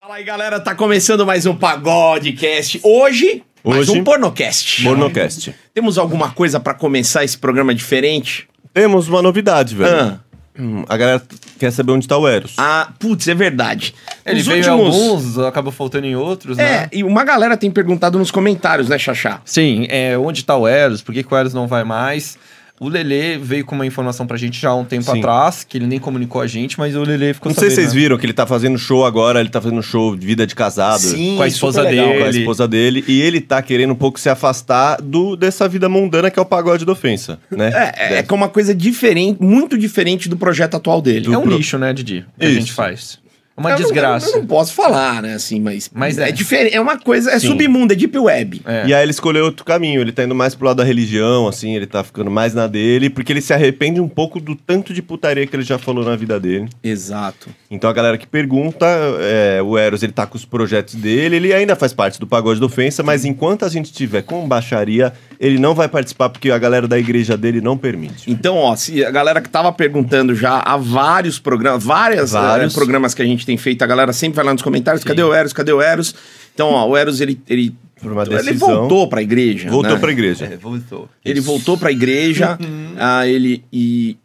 Fala aí, galera. Tá começando mais um Pagodecast. Hoje, mais Hoje, um Pornocast. Pornocast. Temos alguma coisa pra começar esse programa diferente? Temos uma novidade, velho. Ah, Hum, A galera quer saber onde tá o Eros. ah, putz, é verdade. Ele Os veio em últimos- alguns, acabou faltando em outros, É, né? e uma galera tem perguntado nos comentários, né, Xaxá? Sim, é, onde tá o Eros? Por que, que o Eros não vai mais? O Lelê veio com uma informação pra gente já há um tempo Sim. atrás, que ele nem comunicou a gente, mas o Lelê ficou Não sei se sabendo, vocês né? viram que ele tá fazendo show agora, ele tá fazendo show de vida de casado. com a esposa superlegal. Com a Ele- esposa dele, e ele tá querendo um pouco se afastar do dessa vida mundana que é o pagode da ofensa, né? É, é que é uma coisa diferente, muito diferente do projeto atual dele. Do É um pro- lixo, né, Didi? Que a Isso. gente faz. É Uma É, Eu não- desgraça. eu não posso falar, né, assim, mas... Mas é. é. diferente, é uma coisa... É Sim. submundo, é deep web. É. E aí ele escolheu outro caminho, ele tá indo mais pro lado da religião, assim, ele tá ficando mais na dele, porque ele se arrepende um pouco do tanto de putaria que ele já falou na vida dele. Exato. Então a galera que pergunta, é, o Eros ele tá com os projetos dele, ele ainda faz parte do Pagode da Ofensa, mas enquanto a gente tiver com baixaria, ele não vai participar porque a galera da igreja dele não permite. Então, ó, se a galera que tava perguntando já há vários programas, várias Vários. eh, programas que a gente tem feito, a galera sempre vai lá nos comentários, cadê o Eros, cadê o Eros? Então, ó, o Eros, ele, ele, Por uma ele decisão. voltou pra igreja, Voltou né? pra igreja. É, voltou. Ele voltou pra igreja, ah, ele, e...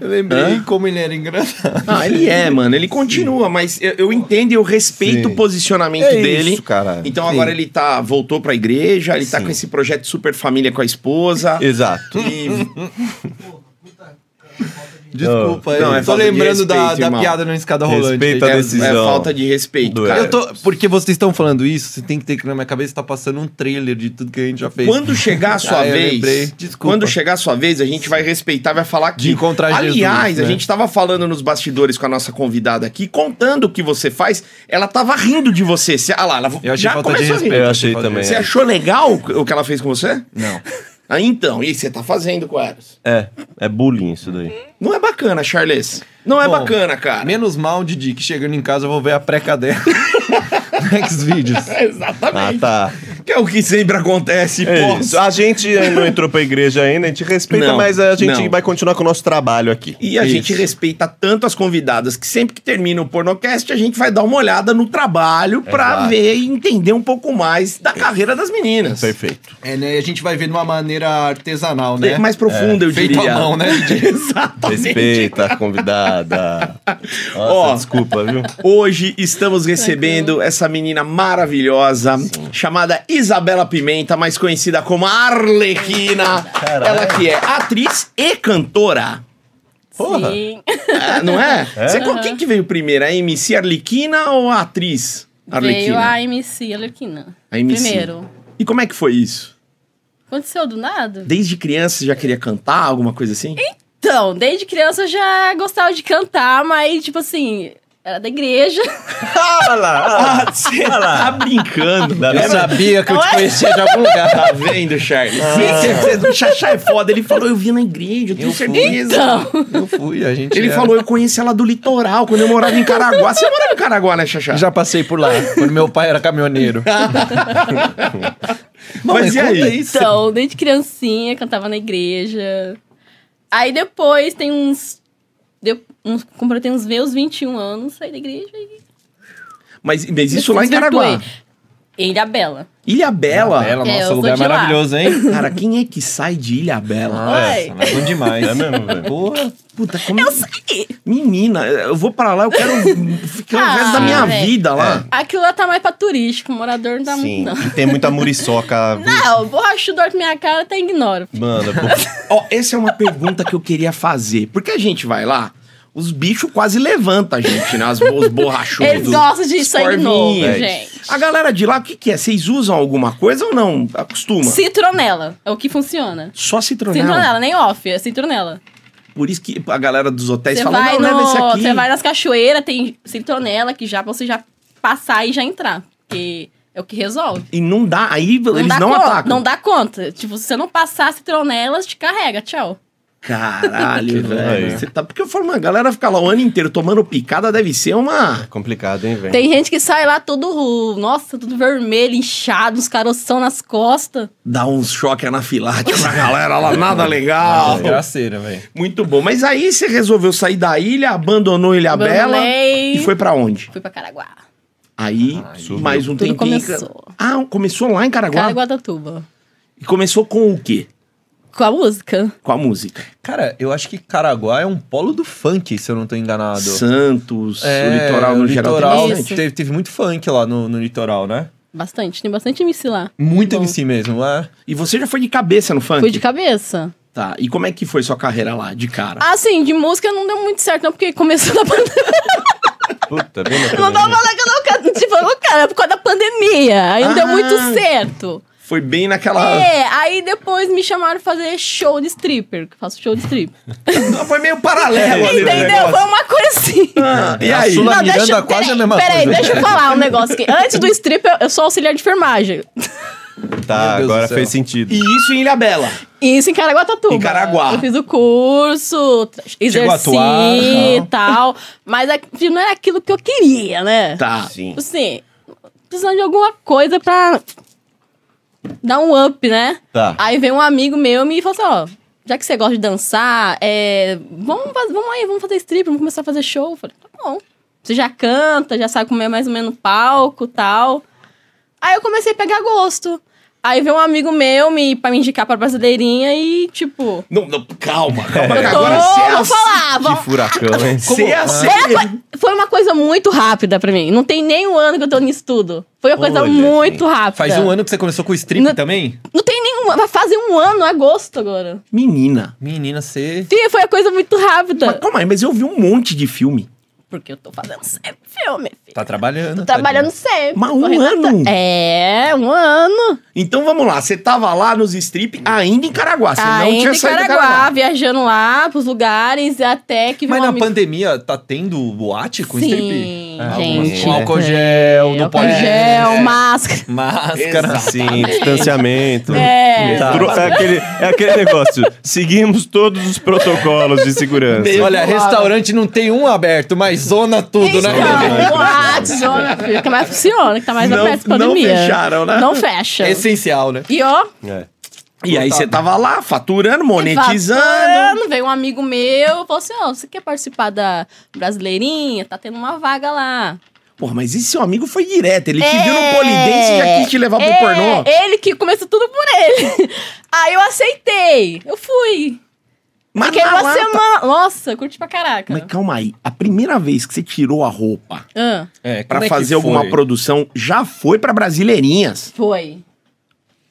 Eu lembrei Hã? como ele era engraçado. Ah, ele é, mano, ele continua, mas eu, eu entendo e eu respeito Sim. o posicionamento É dele. isso, cara. Então Sim. agora ele tá, voltou pra igreja, ele tá Sim. com esse projeto Super Família com a esposa. Exato. tipo E Desculpa, Não, eu é tô falta de lembrando da, respeito, da irmão. piada na escada rolante. Respeita Ele- a é, é decisão. falta de respeito, do cara. Eros. Eu tô, porque vocês estão falando isso, você tem que ter que na minha cabeça tá passando um trailer de tudo que a gente já fez. Quando chegar a sua Ah, eu lembrei. vez, Desculpa. quando chegar a sua vez, a gente vai respeitar, vai falar aqui. De encontrar Jesus, Aliás, a né? gente tava falando nos bastidores com a nossa convidada aqui, contando o que você faz, ela tava rindo de você. Você- ah lá, ela Eu achei já falta de começou a rir. respeito. Eu achei falta de também, Você respeito. é- achou legal o que ela fez com você? Não. Ah, então, e você tá fazendo com elas? É, é bullying isso daí. Não é bacana, Charles. Não é Bom, bacana, cara. Menos mal, Didi, que chegando em casa eu vou ver a preca dela. Next vídeos. Ah, É, Exatamente. tá. Que é o que sempre acontece, É pô. isso. A gente não entrou pra igreja ainda, a gente respeita, Não, mas a gente não. vai continuar com o nosso trabalho aqui. E a Isso. gente respeita tanto as convidadas que sempre que termina o pornocast, a gente vai dar uma olhada no trabalho pra Exato. ver e entender um pouco mais da carreira das meninas. Perfeito. É, né? A gente vai ver de uma maneira artesanal, né? Mais profunda, eu Feito diria. à mão, né, Didi? Exatamente. Respeita a convidada. Nossa, Ó. desculpa, viu? Hoje estamos recebendo essa menina maravilhosa chamada Isabela Pimenta, mais conhecida como Arlequina. Caralho. Ela que é atriz e cantora. Porra. Sim. É, não é? É? Você- qual- Quem que veio primeiro? A MC Arlequina ou a atriz Veio Arlequina? a MC Arlequina. A MC. Primeiro. E como é que foi isso? Aconteceu do nada? Desde criança você já queria cantar, alguma coisa assim? Então, desde criança eu já gostava de cantar, mas, tipo assim, era da igreja. Olha lá, olha lá. Você tá brincando. Dá Eu licença. sabia que eu te Ué? conhecia de algum lugar. Tá vendo, Charles? Ah. Você- você- O Xaxá é foda. Ele falou, eu vi na igreja, eu tenho Eu fui. certeza. Então. Eu fui, a gente. é- Ele era- falou, eu conheci ela do litoral, quando eu morava em Caraguá. Você morava em Caraguá, né, Xaxá? Já passei por lá, quando meu pai era caminhoneiro. Ah. Mas e aí? Então, desde criancinha, cantava na igreja. Aí depois tem uns. Deu, uns completei uns meus 21 anos, saí da igreja e. Mas, mas isso lá em desvirtuei. Caraguá. Ilha Bela. Ilha Bela. Bela, É, eu nossa, sou lugar de lá. maravilhoso, hein? Cara, quem é que sai de Ilha Bela? Ué. Nossa, mas bom demais. É mesmo, velho? Porra. Puta, como... Eu saí. Menina, eu vou pra lá, eu quero ficar o resto da Ah, minha velho. vida lá. Aquilo lá tá mais pra turístico, morador não dá Sim, muito, não. Ah, e tem muita muriçoca. viu? Não, borrachudo olha pra minha cara, até ignoro. Mano, eu vou- Ó, essa é uma pergunta que eu queria fazer. Porque a gente vai lá, os bichos quase levantam a gente, né? As, bo- os borrachudos. Eles gostam de os sangue novo, corvinhos. gente. A galera de lá, o que, que é? Vocês usam alguma coisa ou não? Acostuma? Citronela é o que funciona. Só citronela. Citronela, nem off, é citronela. Por isso que a galera dos hotéis Você fala, vai, não, leva esse no, aqui. você vai nas cachoeiras, tem citronela que já pra você já passar e já entrar. Porque é o que resolve. E não dá, aí eles dá não conta, atacam. Não dá conta. Tipo, se você não passar a citronela, te carrega, tchau. Caralho, velho. velho. Você tá... Porque eu falo, mano, a galera ficar lá o ano inteiro tomando picada deve ser uma. Complicado, hein, velho? Tem gente que sai lá todo, ru- nossa, tudo vermelho, inchado, uns caroção nas costas. Dá uns choque anafilático pra galera lá, nada legal. Desgraceira, velho. Muito bom. Mas aí você resolveu sair da ilha, abandonou Ilha Bela Abandonei. e foi pra onde? Fui pra Caraguá. Aí, mais um Tudo tempinho. começou. Ah, começou lá em Caraguá? Caraguatatuba. E começou com o quê? Com a música. Com a música. Cara, eu acho que Caraguá é um polo do funk, se eu não tô enganado. Santos, É, o litoral no o geral. tem litoral, bastante. Isso. teve, teve muito funk lá no, no litoral, né? Bastante. Tem bastante MC lá. Muito Bom. MC mesmo, é. E você já foi de cabeça no funk? Fui de cabeça. Tá. E como é que foi sua carreira lá, de cara? Ah, sim, de música não deu muito certo, não, porque começou na pandemia. Puta, bem Não bacana, dá né? pra falar que eu não quero. Tipo, eu não quero, é por causa da pandemia. Aí não Ah. deu muito certo. Foi bem Ah. naquela. É, aí depois me chamaram pra fazer show de stripper, que eu faço show de stripper. Foi meio paralelo ali. né? Entendeu? Foi uma coisa assim. Ah, e É A aí? Sula- Miranda quase a mesma peraí, coisa. deixa eu falar um negócio aqui. Antes do strip, eu, eu sou auxiliar de enfermagem. Tá, Meu Deus agora do céu. fez sentido. E isso em Ilha Bela. Isso em Caraguatatuba. Em Caraguá. Eu fiz o curso, tra- a exerci atuar, e não. tal. Mas aqui não era aquilo que eu queria, né? Tá. Sim. Assim, precisando de alguma coisa pra dar um up, né? Tá. Aí veio um amigo meu e me falou assim, ó... Já que você gosta de dançar, é, vamos, faz- vamos aí, vamos fazer strip, vamos começar a fazer show. Eu falei, tá bom. Você já canta, já sabe como é mais ou menos o palco e tal. Aí eu comecei a pegar gosto. Aí veio um amigo meu me, pra me indicar pra brasileirinha e, tipo... Não, não, calma, calma. que Todo agora você é mundo assim- falava. Que furacão, hein? Você é assim. Foi uma coisa muito rápida pra mim. Não tem nem um ano que eu tô nisso tudo. Foi uma coisa Olha, muito rápida. Faz um ano que você começou com o strip É. Não- também? Não tem nenhum ano. Vai fazer um ano, agosto agora. Menina. Menina, você. Sim, foi uma coisa muito rápida. Mas calma aí, mas eu vi um monte de filme. Porque eu tô fazendo sempre filme, filho. Tá trabalhando. Tô trabalhando sempre. Mas um correndo ano? atrás. É, um ano. Então vamos lá, você tava lá nos strip ainda em Caraguá. Você Tá não indo tinha em saído de Caraguá, viajando lá pros lugares, até que Mas veio um na amigo- pandemia tá tendo boate com Sim, strip? gente. Com álcool gel, É. não álcool pode. É, É. gel, máscara. Máscara. Sim, assim, distanciamento. É. né? Tá. Tro- É, aquele, é aquele negócio. Seguimos todos os protocolos de segurança. Meu- Olha, restaurante não tem um aberto, mas zona tudo, né? Então, boate, zona, filho, que mais funciona, que tá mais Não- aberto da não pandemia. fecharam, né? Não fecha. É essencial, né? E ó, É. E aí você tava lá faturando, monetizando. vazando, veio um amigo meu, falou assim, ó, você quer participar da Brasileirinha? Tá tendo uma vaga lá. Porra, mas esse seu amigo foi direto. Ele te É. viu no polidense e já quis te levar pro É, pornô. Ele que começou tudo por ele. Aí eu aceitei, eu fui. Mas Fiquei na uma lata- semana. Nossa, curti pra caraca. Ah, tá. Mas calma aí, a primeira vez que você tirou a roupa Ah, É, pra como é que fazer foi? alguma produção já foi pra Brasileirinhas. foi.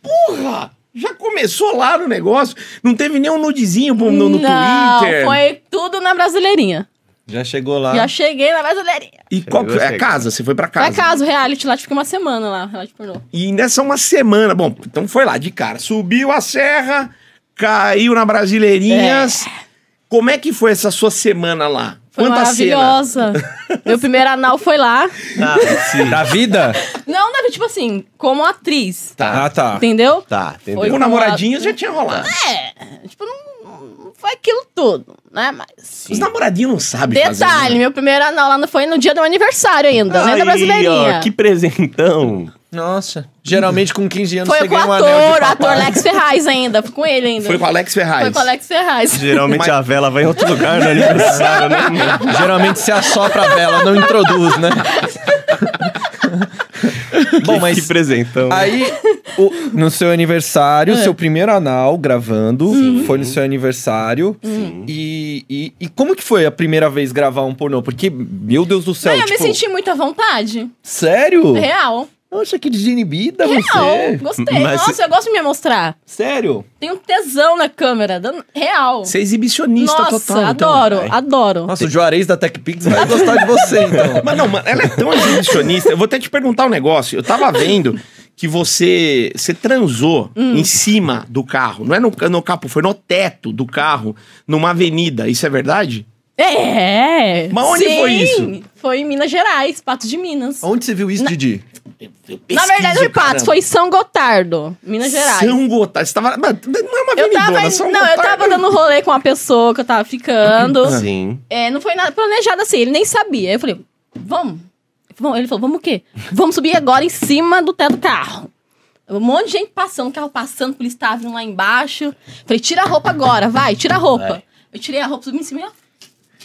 Porra! Já começou lá no negócio. Não teve nem um nudezinho pro- no, no Não, Twitter. Tá. foi tudo na Brasileirinha. Já chegou lá. Já cheguei na Brasileirinha. E qual que foi? É Chegou, casa, você foi pra Pra casa. caso, reality lá, fiquei uma semana lá, reality pornô. E nessa uma semana, bom, então foi lá de cara. Subiu a serra, caiu na Brasileirinhas. Como é que foi essa sua semana lá? Foi Quanta cena? maravilhosa. Meu primeiro anal foi lá. Ah, sim. Da vida? Não, não, tipo assim, como atriz. Tá. Ah, tá. Entendeu? Tá, entendeu? Foi Com uma- namoradinhos já tinha rolado. É, tipo, não, não foi aquilo tudo, né? Mas. Os namoradinhos não sabem fazer. Detalhe, né? meu primeiro anal lá não foi no dia do meu aniversário ainda, né? Da Aí, brasileirinha. ó, que presentão. Nossa. Geralmente com 15 anos Foi você com o ganha um ator, anel de o papai. ator Alex Ferraz ainda. Fui com ele ainda. Foi com o Alex Ferraz. Foi com o Alex Ferraz. Geralmente Mas- a vela vai em outro lugar no aniversário, né? mano? Geralmente se assopra a vela, não introduz, né? Bom, mas né? Que presentão. aí, o- no seu aniversário, É. seu primeiro anal gravando, foi no seu aniversário. E, e, e como que foi a primeira vez gravar um pornô? Porque, meu Deus do Não, céu, Ah, eu me tipo, senti muito à vontade. sério? Real. Nossa, que desinibida Real. É você. Gostei. Mas- Nossa, eu gosto de me mostrar. Sério? Tenho tesão na câmera. dan- Real. Você é exibicionista Nossa, total. então. adoro, adoro. Nossa, o Juarez da TechPix vai gostar de você, então. Mas não, mano, ela é tão exibicionista. Eu vou até te perguntar um negócio. Eu tava vendo que você você transou Hum. em cima do carro. Não é no, no capô, foi no teto do carro, numa avenida. Isso é verdade? É! Mas onde sim, foi isso? Foi em Minas Gerais, Patos de Minas. Onde você viu isso, Didi? eu- eu Na pesquiso, verdade, eu caramba. repato, foi em São Gotardo, Minas Gerais. São Gotardo. Você tava. Mas não é uma eu avenidona, tava, São não, eu Gotardo. tava dando rolê com uma pessoa que eu tava ficando. Ah, Sim. É, não foi nada planejado assim, ele nem sabia. Aí eu falei, vamos. Vamos- Ele falou, vamos o quê? Vamos subir agora em cima do teto do carro. Um monte de gente passando, carro passando, polícia tava vindo lá embaixo. Eu Falei, tira a roupa agora, vai, tira a roupa. Eu tirei a roupa, subi em cima e ó,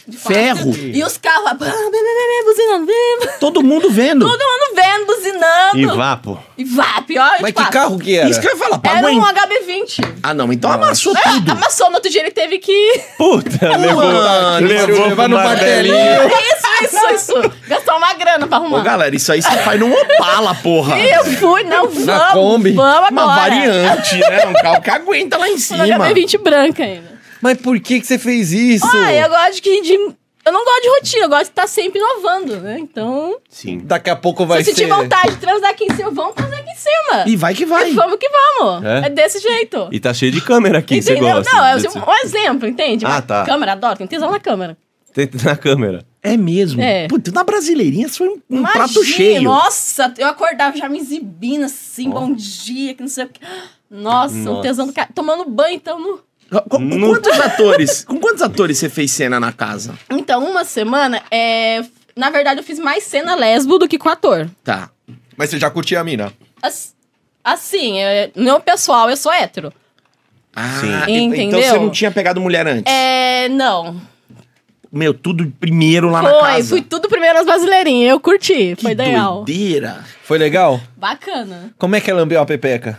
de fato. Ferro. E os carros, lá, bá, bá, bá, bá, buzinando, bá, bá. Todo mundo vendo. todo mundo vendo, buzinando. E vapo. E vá, pior. Mas de fato. que carro que era? Isso que eu ia falar, pra tipo, ah, Era um aguentar. HB20. Ah, não, então amassou tudo. Amassou, no outro dia ele teve que... Puta, tá, Mano, levou levar pro no martelinho. martelinho. Isso, isso, isso. Gastou uma grana pra Ô, arrumar. galera, isso aí você faz num Opala, porra. E eu fui, não, vamos, Na Kombi. vamos Uma agora. variante, né? Um carro que aguenta lá em Uma cima. HB20 branca ainda. Mas por que, que você fez isso? Ah, eu gosto de, de... Eu não gosto de rotina, eu gosto de estar sempre inovando, né? Então, Sim. Daqui a pouco vai se eu ser. sentir vontade de transar aqui em cima, vamos transar aqui em cima. E vai que vai. E vamos que vamos. É? É, desse jeito. E tá cheio de câmera aqui, você gosta. Não, é desse- um, um exemplo, entende? Ah, Mas tá. Câmera, adoro, tem tesão na câmera. Tem na câmera. É mesmo. É. Puta, na brasileirinha isso foi um, um Imagina, prato cheio. Nossa, eu acordava já me exibindo assim, bom dia, que não sei o que. Nossa, um Nossa. tesão do cara. Tomando banho, então, no... Com, com No- quantos atores? Com quantos atores você fez cena na casa? Então, uma semana, é... na verdade, eu fiz mais cena lesbo do que com ator. Tá. Mas você já curtia a mina? As- Assim, eu- meu pessoal, eu sou hétero. Ah, Sim. e- Então Entendeu? você não tinha pegado mulher antes? É, não. Meu, tudo primeiro lá Tá na Foi, casa. fui tudo primeiro as brasileirinhas. Eu curti, que foi ideal. doideira. Foi legal? Bacana. Como é que ela lambeu a pepeca?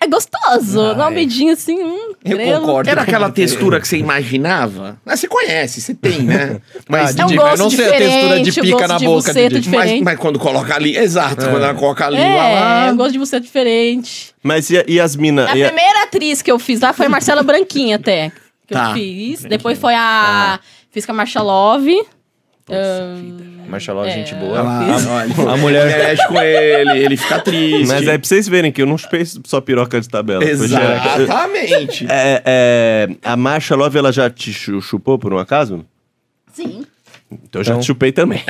É gostoso, Ai. dá um medinho assim, hum, Eu grelo. concordo. Era aquela com você. textura que você imaginava? Ah, você conhece, você tem, né? Mas, Ah, É Didi, um de- mas gosto não sei a textura de diferente, o pica gosto na de boca, buceta Didi. mas, diferente. mas quando coloca ali. Exato, quando ela coloca a língua É, lá. eu gosto de você diferente. Mas e, Tá, e as minas? A primeira atriz que eu fiz lá foi a Marcela Branquinha, até. Que Tá. eu fiz. Depois foi a. Fiz com a Marcia Love. Marcelo, é É. gente Olha boa. lá, olha, A mulher- mexe com ele, ele fica triste. Mas é pra vocês verem que eu não chupei só piroca de tabela. Foi xereca. Exatamente. É, é, a Marcha Love, ela já te chu- chupou por um acaso? Sim. Então eu já Não. te chupei também.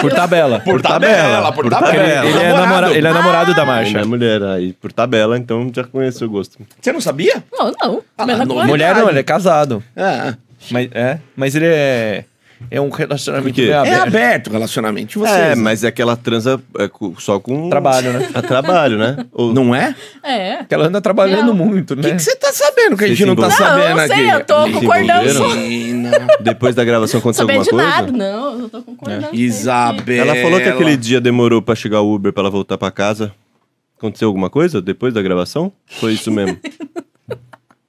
Por tabela. Por tabela, por tabela. Ele é, Namorado. namora- ele é namorado da Marcha. Minha mulher aí, por tabela, então já conheço o gosto. Você não sabia? Não, não. Ah, Mas não, não- não- Mulher não, ele é casado. Ah, Mas, é, mas ele é. É um relacionamento Por quê? bem É é aberto. aberto o relacionamento de vocês. É, mas é aquela transa é, co- só com... Trabalho, né? A trabalho, né? Ou- Não é? É. Porque ela anda trabalhando Não. muito, O que né? que você tá sabendo que a gente É. Vocês não tá se Não, eu sabendo não sei, aqui? eu tô Eles com se cordão envolveram? só. Menina, Depois da gravação aconteceu Saber alguma de coisa? nada, não. Eu tô com É. cordão. sei. Isabela. Ela falou que aquele dia demorou pra chegar o Uber pra ela voltar pra casa. Aconteceu alguma coisa depois da gravação? Foi isso mesmo.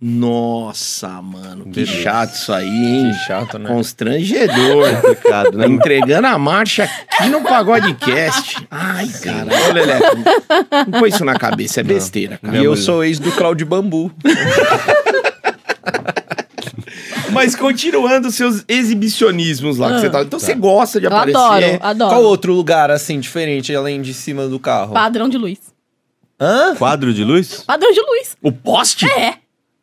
Nossa, mano, que Beleza. chato isso aí, hein? chato, né? Constrangedor. Complicado, né? Entregando a marcha aqui no Pagodecast. Ai, caralho, Leleco. Não põe isso na cabeça, é besteira, cara. E eu sou ex do Cláudio Bambu. Mas continuando os seus exibicionismos lá que Ah. você tá. Então você gosta de Eu aparecer. adoro, adoro. Qual outro lugar, assim, diferente, além de cima do carro? Padrão de luz. Hã? Quadro de luz? Padrão de luz. O poste? É.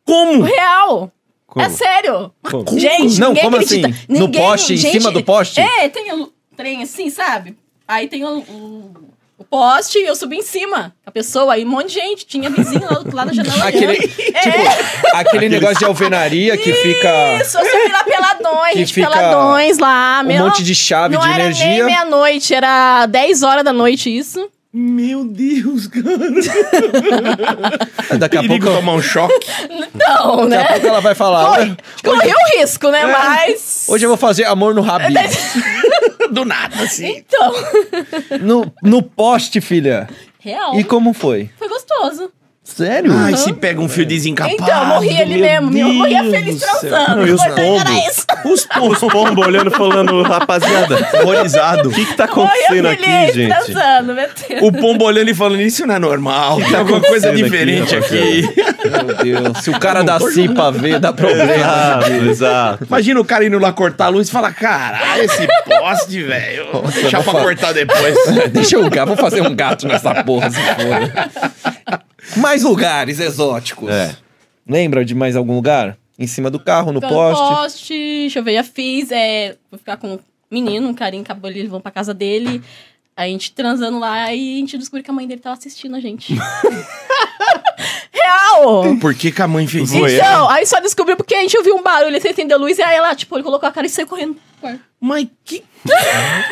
Como? Real. Como? É sério. Como? Gente, Não, ninguém como acredita. assim? No Ninguém- poste, em gente- cima do poste? É, tem o trem assim, sabe? Aí tem o, o, o poste e eu subi em cima. A pessoa, aí um monte de gente. Tinha vizinho lá do outro lado da janela. Aquele, olhando. tipo, aquele negócio de alvenaria que fica Isso, eu subi lá ah, peladões, Que gente, fica peladões lá. um meu. monte de chave Não de era energia. nem meia-noite, era 10 horas da noite isso. Meu Deus, cara. Daqui a pouco, tomar um choque. Não, daqui a né? pouco ela vai falar. "Olha, Corri o risco, né? Mas. Hoje eu vou fazer amor no rabinho. Do nada, assim. Então. No, no poste, filha. Real. E como foi? Foi gostoso. Sério? Ai, se pega um fio desencapado. Uhum. então, morri ali meu mesmo. Eu Deus morria do feliz céu. transando. Não, e os Foi, pombos? Era isso. Os pombos, olhando falando, rapaziada, horrorizado. O que que tá acontecendo morria feliz aqui, gente? transando, meu Deus. O pombo olhando e falando, isso não é normal. Tem alguma coisa acontecendo diferente aqui, aqui. Meu Deus. Se o cara da CIPA vê, dá problema. Exato, exato. Imagina o cara indo lá cortar a luz e falar, caralho, esse poste, velho. Vou deixar pra cortar depois. Deixa eu ligar, vou fazer um gato nessa porra, se for. Mais lugares exóticos. É. Lembra de mais algum lugar? Em cima do carro, no Então, poste? poste, deixa eu ver, já fiz. É, vou ficar com um menino, um carinho, acabou, eles vão pra casa dele. A gente transando lá e a gente descobriu que a mãe dele tava assistindo a gente. Real! Por que, que a mãe fez Foi. isso? Então, aí só descobriu porque a gente ouviu um barulho, ele acendeu a luz e aí ela, tipo, ele colocou a cara e saiu correndo. pro quarto. Mas que.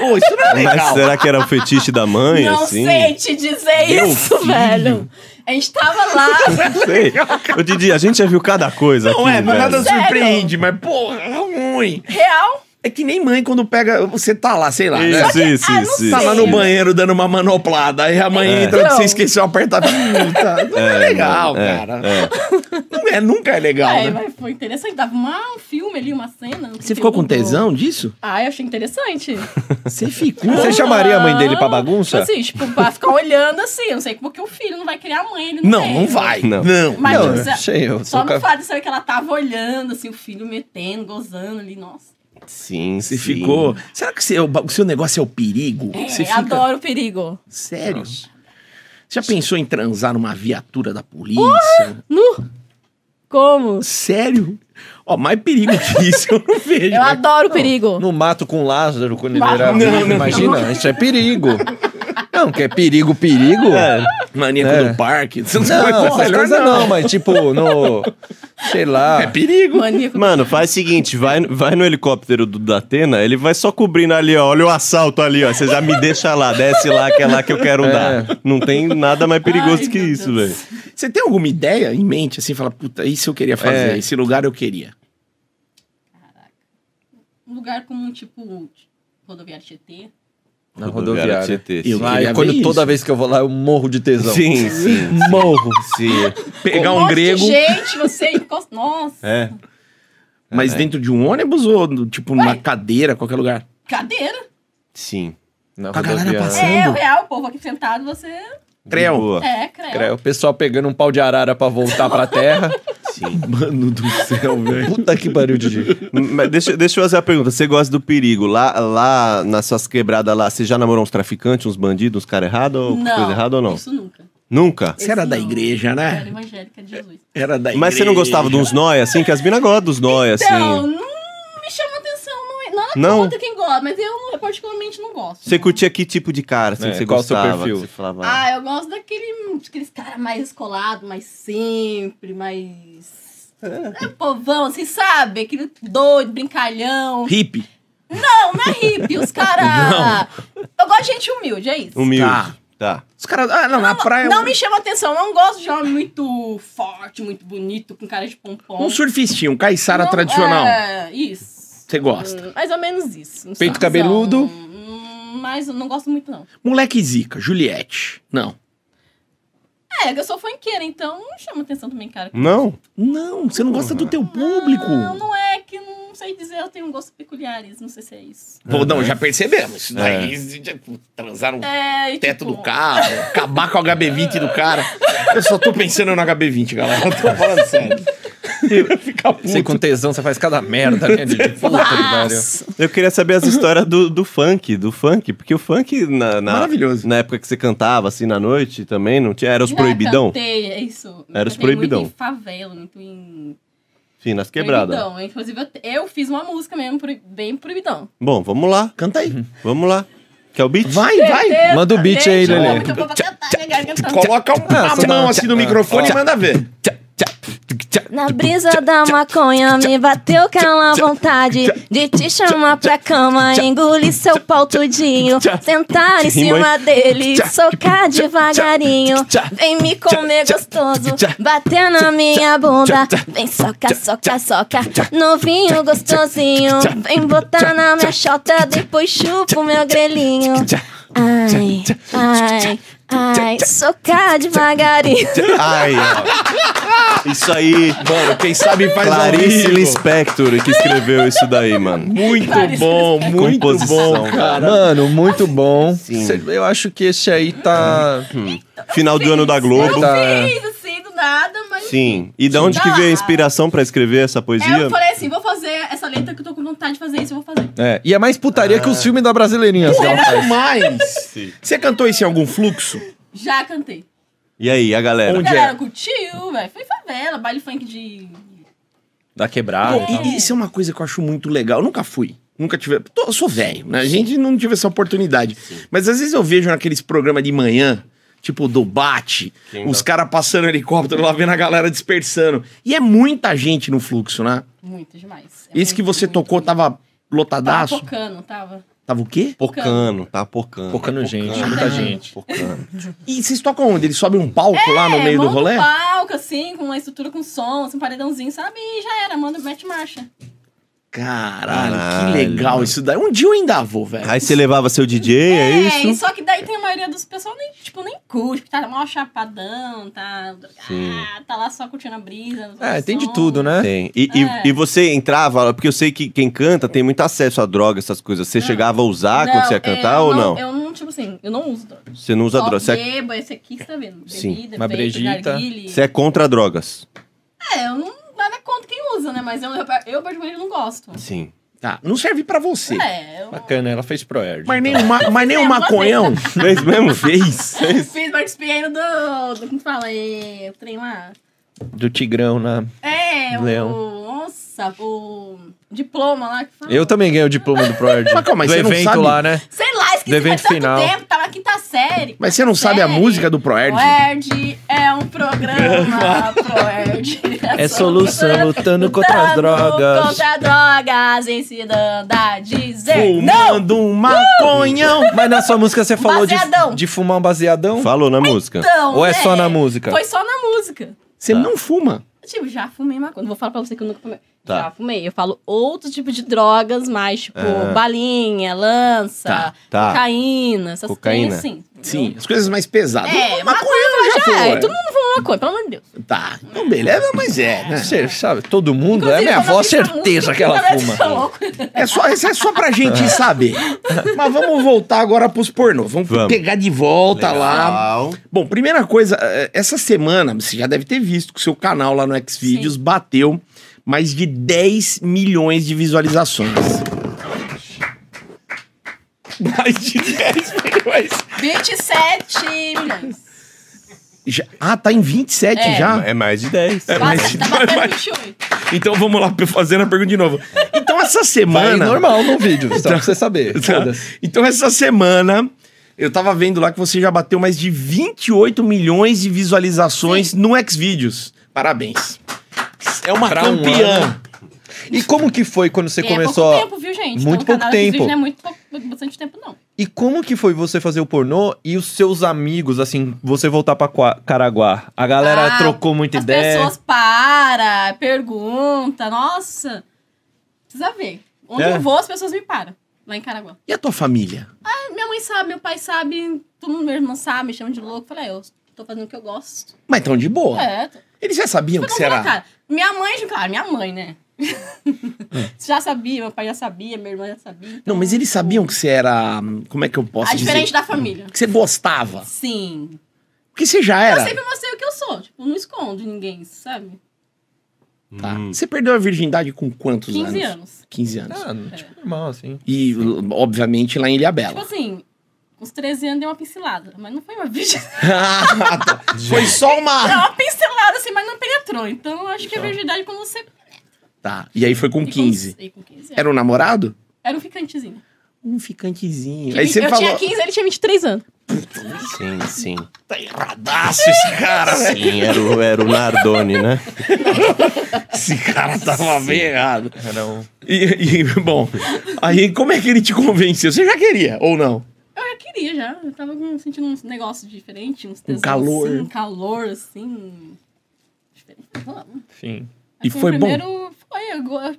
Ô, isso não é Mas legal. será que era o fetiche da mãe, Não assim? sei te dizer Meu isso, filho. velho. A gente tava lá, Não sei. Ô, Didi, a gente já viu cada coisa Não aqui, é, mas nada velho. Sério? surpreende, mas porra, é ruim. real. É que nem mãe quando pega. Você tá lá, sei lá, né? Isso, isso, Ah, não isso. sei. Tá lá no Sim. banheiro dando uma manoplada, aí a mãe É. entra Não. você esqueceu apertar. Puta, não é, legal, mano, é, cara. Não é, nunca é legal, Aí, né? mas foi interessante, tava uma- um filme ali, uma cena. um Você ficou com conteúdo. tesão disso? Ah, eu achei interessante. Você ficou. Você chamaria a mãe dele pra bagunça? Assim, tipo, pra ficar olhando assim, eu não sei como que o filho não vai criar a mãe, ele não Não, tem, não né? vai. Não. Não. Mas Não, tipo, eu achei, eu só sou no ca- fato de saber que ela tava olhando, assim, o filho metendo, gozando ali, nossa. Sim, Você sim. ficou. Será que seu- o seu negócio é o perigo? É, você fica. adoro o perigo. Sério? Você já pensou em transar numa viatura da polícia? Nu! Como? Sério? Ó, mais perigo que isso eu não vejo. Eu né? adoro o perigo. No mato com Lázaro, quando ele Não, era. não, não. Imagina, isso é perigo. Não, que é perigo, perigo. É, Maníaco É. do parque. Você Não, vai- essas melhor coisas não. mas tipo, no. Sei lá. É perigo. Maníaco. Mano, faz o seguinte, vai, vai no helicóptero do Datena, ele vai só cobrindo ali, ó, olha o assalto ali, ó, você já me deixa lá, desce lá, que é lá que eu quero É. dar. Não tem nada mais perigoso Ai, que meu isso, Deus. velho. Você tem alguma ideia em mente, assim, fala, puta, isso eu queria fazer, É. esse lugar eu queria. Um lugar com, tipo, rodoviário Tietê. Na rodoviária. Tietê, Eu sim. Lá, queria eu- ver quando isso. toda vez que eu vou lá, eu é morro de tesão. Sim, sim. Morro. sim. Pegar um monte de grego, gente, você encosta. Nossa, É. mas dentro de um ônibus ou, no- tipo, numa cadeira, qualquer lugar? cadeira. Sim. Na né? Com a galera passando. É, Sendo? real, o povo aqui sentado, você. Creu. Boa. É, creio. Cara, é o pessoal pegando um pau de arara pra voltar pra terra. Sim. Mano do céu, velho. Puta que pariu, Didi. Hum, Mas deixa, deixa eu fazer a pergunta. Você gosta do perigo? Lá, lá nas suas quebradas lá, você já namorou uns traficantes, uns bandidos, uns caras errados ou Não, coisa errada ou não? Isso nunca. Nunca? Você era Esse da não. igreja, Eu Era né? evangélica de Jesus. Era da igreja. Mas você não gostava um de uns nóia assim? Que as minas gostam dos nóia É, Então, assim. não me chama atenção, não é. Nada Não? contra quem gosta, mas eu, não- eu particularmente não gosto. né? Você curtia que tipo de cara assim, É, que você qual o seu gostava? perfil? que Você falava, Ah, eu gosto daquele, daqueles caras mais escolados, mais sempre, mais. É. povão, assim, sabe? Aquele doido, brincalhão. Hippie. Não, não é hippie, os caras. Eu gosto de gente humilde, é isso. humilde. Tá. Tá. Os caras. Ah, não, na É, praia. Não um- me chama atenção, não gosto de homem muito forte, muito bonito, com cara de pompom. Um surfistinha, um caiçara Não- tradicional. É, isso. Você gosta. Hum, Mais ou menos isso. Não Peito sou- cabeludo. Hum, Mas eu não gosto muito, não. Moleque zica, Juliette. Não. É, eu sou funkeira, então não chama atenção também, cara. Não? Não, você não gosta do teu público. Não, não é que não sei dizer, eu tenho um gosto peculiares, não sei se é isso. Pô, não, já percebemos. Isso daí, É. já transaram o É, e teto tipo, do carro, acabar com o HB20 do cara. Eu só tô pensando no HB20, galera. Eu tô falando sério. Eu ia ficar Você com puto. tesão, você faz cada merda, né, Didi? Puta que pariu. Nossa, Eu queria saber as histórias do, do funk, do funk, porque o funk na, na- Maravilhoso. na época que você cantava assim na noite também, não tinha? Era os já proibidão? Cantei, é isso. Era os Cantei muito proibidão. Em favela, muito em. Sim, nas quebradas. Proibidão. Inclusive, eu, te- eu fiz uma música mesmo, pro- bem proibidão. Bom, vamos lá. Canta aí. Vamos lá. Quer o beat? Vai, vai. Manda o beat aí, Gente, Lelê. eu vou cantar, minha garganta tá- Coloca um- Ah, a só- mão assim no microfone e manda ver. Na brisa da maconha me bateu aquela vontade de te chamar pra cama, engolir seu pau tudinho, sentar em cima dele, socar devagarinho, vem me comer gostoso, bater na minha bunda, vem soca, soca, soca, novinho gostosinho, vem botar na minha chota, depois chupa o meu grelhinho. Ai, ai, ai, socar devagarinho. Ai, ó. Isso aí, Mano, quem sabe faz ao Clarice vivo. Lispector que escreveu isso daí, mano. Muito Clarice bom, muito Composição, bom, cara. Mano, muito bom. Cê- Eu acho que esse aí tá. Final do ano da Globo. Tá. Eu fiz, assim, do nada, mas. Sim. E da onde que veio a inspiração pra escrever essa É, poesia? eu falei assim, vou fazer essa letra que eu tô com vontade de fazer isso, eu vou fazer. É, e é mais putaria que os filmes da brasileirinha. Então assim, ó. Muito mais. Sim. Você cantou isso em algum fluxo? Já cantei. E aí, a galera? Onde- A galera curtiu, velho. Foi favela, baile funk de. Da quebrada. Ah, Pô, e- isso é uma coisa que eu acho muito legal. Eu nunca fui. nunca tive. Tô- eu sou velho, né? A gente não tive essa oportunidade. Mas às vezes eu vejo naqueles programas de manhã, tipo do Bate, tá. os caras passando helicóptero lá vendo a galera dispersando. E é muita gente no fluxo, né? Muito demais. É Esse que muito, você muito, tocou muito. tava Tava lotadaço? focando, tava. Tava o quê? Pocano, tá? né? Pocano. Pocano gente, muita gente. Pocano. E vocês tocam onde? Eles sobem um palco lá no É, meio do monta rolê? um palco, assim, com uma estrutura com som, assim, um paredãozinho, sabe? E já era, manda, mete marcha. Caralho, Caralho, que legal mano. isso daí. Um dia eu ainda vou, velho. Aí você levava seu DJ, é, isso? e só que daí tem a maioria dos pessoal nem, tipo, nem curte, porque tá mal chapadão, tá drogado, tá lá só curtindo a brisa. É, tem de som. tudo, né? Tem. E, É. e, e você entrava, porque eu sei que quem canta tem muito acesso à droga, essas coisas. Você chegava a usar Ah, quando Não, você ia é, cantar eu ou não? Eu não, tipo assim, eu não uso droga. Você não usa Só droga. Você é, bebo, esse aqui que você tá vendo. Bebida, Sim, uma vape, brejita. narguile. você é contra drogas. É, eu não nada contra quem usa, né? Mas eu, eu, eu particularmente não gosto. Sim. Tá, não serve pra você. É, eu Bacana, ela fez pro Erd. Mas nem, o ma- mas É, nem o maconhão Fez mesmo? fez. fiz, participei ainda do, do. Como fala? É, o trem lá. Do Tigrão na. É, Leão. o. Nossa, o. Diploma lá que fala. Eu também ganhei o diploma do Proerd. Mas calma, do você não evento sabe? lá, né? Sei lá, esqueci Do evento faz tanto final. tempo, tava na quinta série. Mas você não sabe a Série. música do Proerd? Proerd é um programa, Proerd. É solução lutando contra as drogas. Contra drogas, ensinando a dizer não! Fumando um maconhão. Mas na sua música você falou de, Baseadão. de fumar um baseadão? Falou na música. Então, Ou é né? só na música? Foi só na música. Você não fuma. Tipo, já fumei maconha. Não vou falar pra você que eu nunca fumei. Tá. Já fumei. Eu falo outro tipo de drogas, mais tipo É. balinha, lança, Tá, tá. cocaína, essas Cocaína. coisas assim. entendeu? Sim, as coisas mais pesadas. É, O maconhão já Já, foi. é, todo mundo fuma maconha, pelo amor de Deus. Tá, então beleza, mas é, né? Você sabe, todo mundo. é Inclusive, minha quando eu avó, fiz essa certeza música, né? que ela eu fuma. tava louco. É só, isso é só pra gente saber. Mas vamos voltar agora pros pornô. Vamos, Vamos. pegar de volta lá. Legal. Bom, primeira coisa, eh, essa semana, você já deve ter visto que o seu canal lá no Xvideos bateu mais de 10 milhões de visualizações. Mais de 10 milhões. 27 milhões. Já- ah, tá em 27 É. já? É mais de 10. É Quase, tá batendo 28. Então vamos lá, fazendo a pergunta de novo. Então essa Vai semana... normal no vídeo, só pra você saber. Tá. Foda-se. Então, essa semana, eu tava vendo lá que você já bateu mais de 28 milhões de visualizações no Xvideos. Parabéns. É uma Pra um campeã. ano. E como que foi quando você É começou? pouco tempo, viu, gente? Muito Então, pouco o canal de tempo. vídeo Não é muito pouco, bastante tempo, não. E como que foi você fazer o pornô e os seus amigos, assim, você voltar pra Qua- Caraguá? A galera Ah, trocou muita As ideia. pessoas param, perguntam, nossa. Precisa ver. Onde É. eu vou, as pessoas me param. Lá em Caraguá. E a tua família? Ah, Minha mãe sabe, meu pai sabe, todo mundo, meu irmão sabe, me chama de louco. Falei, ah, eu tô fazendo o que eu gosto. Mas tão de boa. É, tô... Eles já sabiam Foi então que tão você pela era. cara. Minha mãe, claro, minha mãe, né? já sabia, meu pai já sabia, minha irmã já sabia. Hum. Não, então, mas eles tipo, sabiam que você era. hum, Como é que eu posso A diferente dizer? da família. Que você gostava. Sim. Porque você já Eu era. sempre mostrei o que eu sou. Tipo, não escondo ninguém, sabe? Tá. Você perdeu a virgindade com quantos 15 anos? anos. 15 anos. Hum. Ah, tipo, normal, assim. E, l- obviamente, lá em Tipo Ilhabela. assim, com os 13 anos deu uma pincelada. Mas não foi uma virgindade. Ah, tá. assim. Foi só Deu uma. uma pincelada, assim, mas não penetrou. Então, eu acho que a virgindade quando você... Tá. E aí foi com 15. E com 15 Era um namorado? Era um ficantezinho. Um ficantezinho. Que Aí vi- você eu falou. tinha 15, ele tinha 23 anos. Sim, sim. Tá erradaço esse cara, velho. Sim, era o, era o Nardone, né? Esse cara tava bem errado. Era um... E, e, bom, aí como é que ele te convenceu? Você já queria, ou não? Eu já queria, já. Eu tava com- sentindo uns negócios diferentes, uns tesões calor. assim, um calor, assim... Diferente. Vamos. Enfim. E Assim, o foi bom? primeiro foi, eu, go-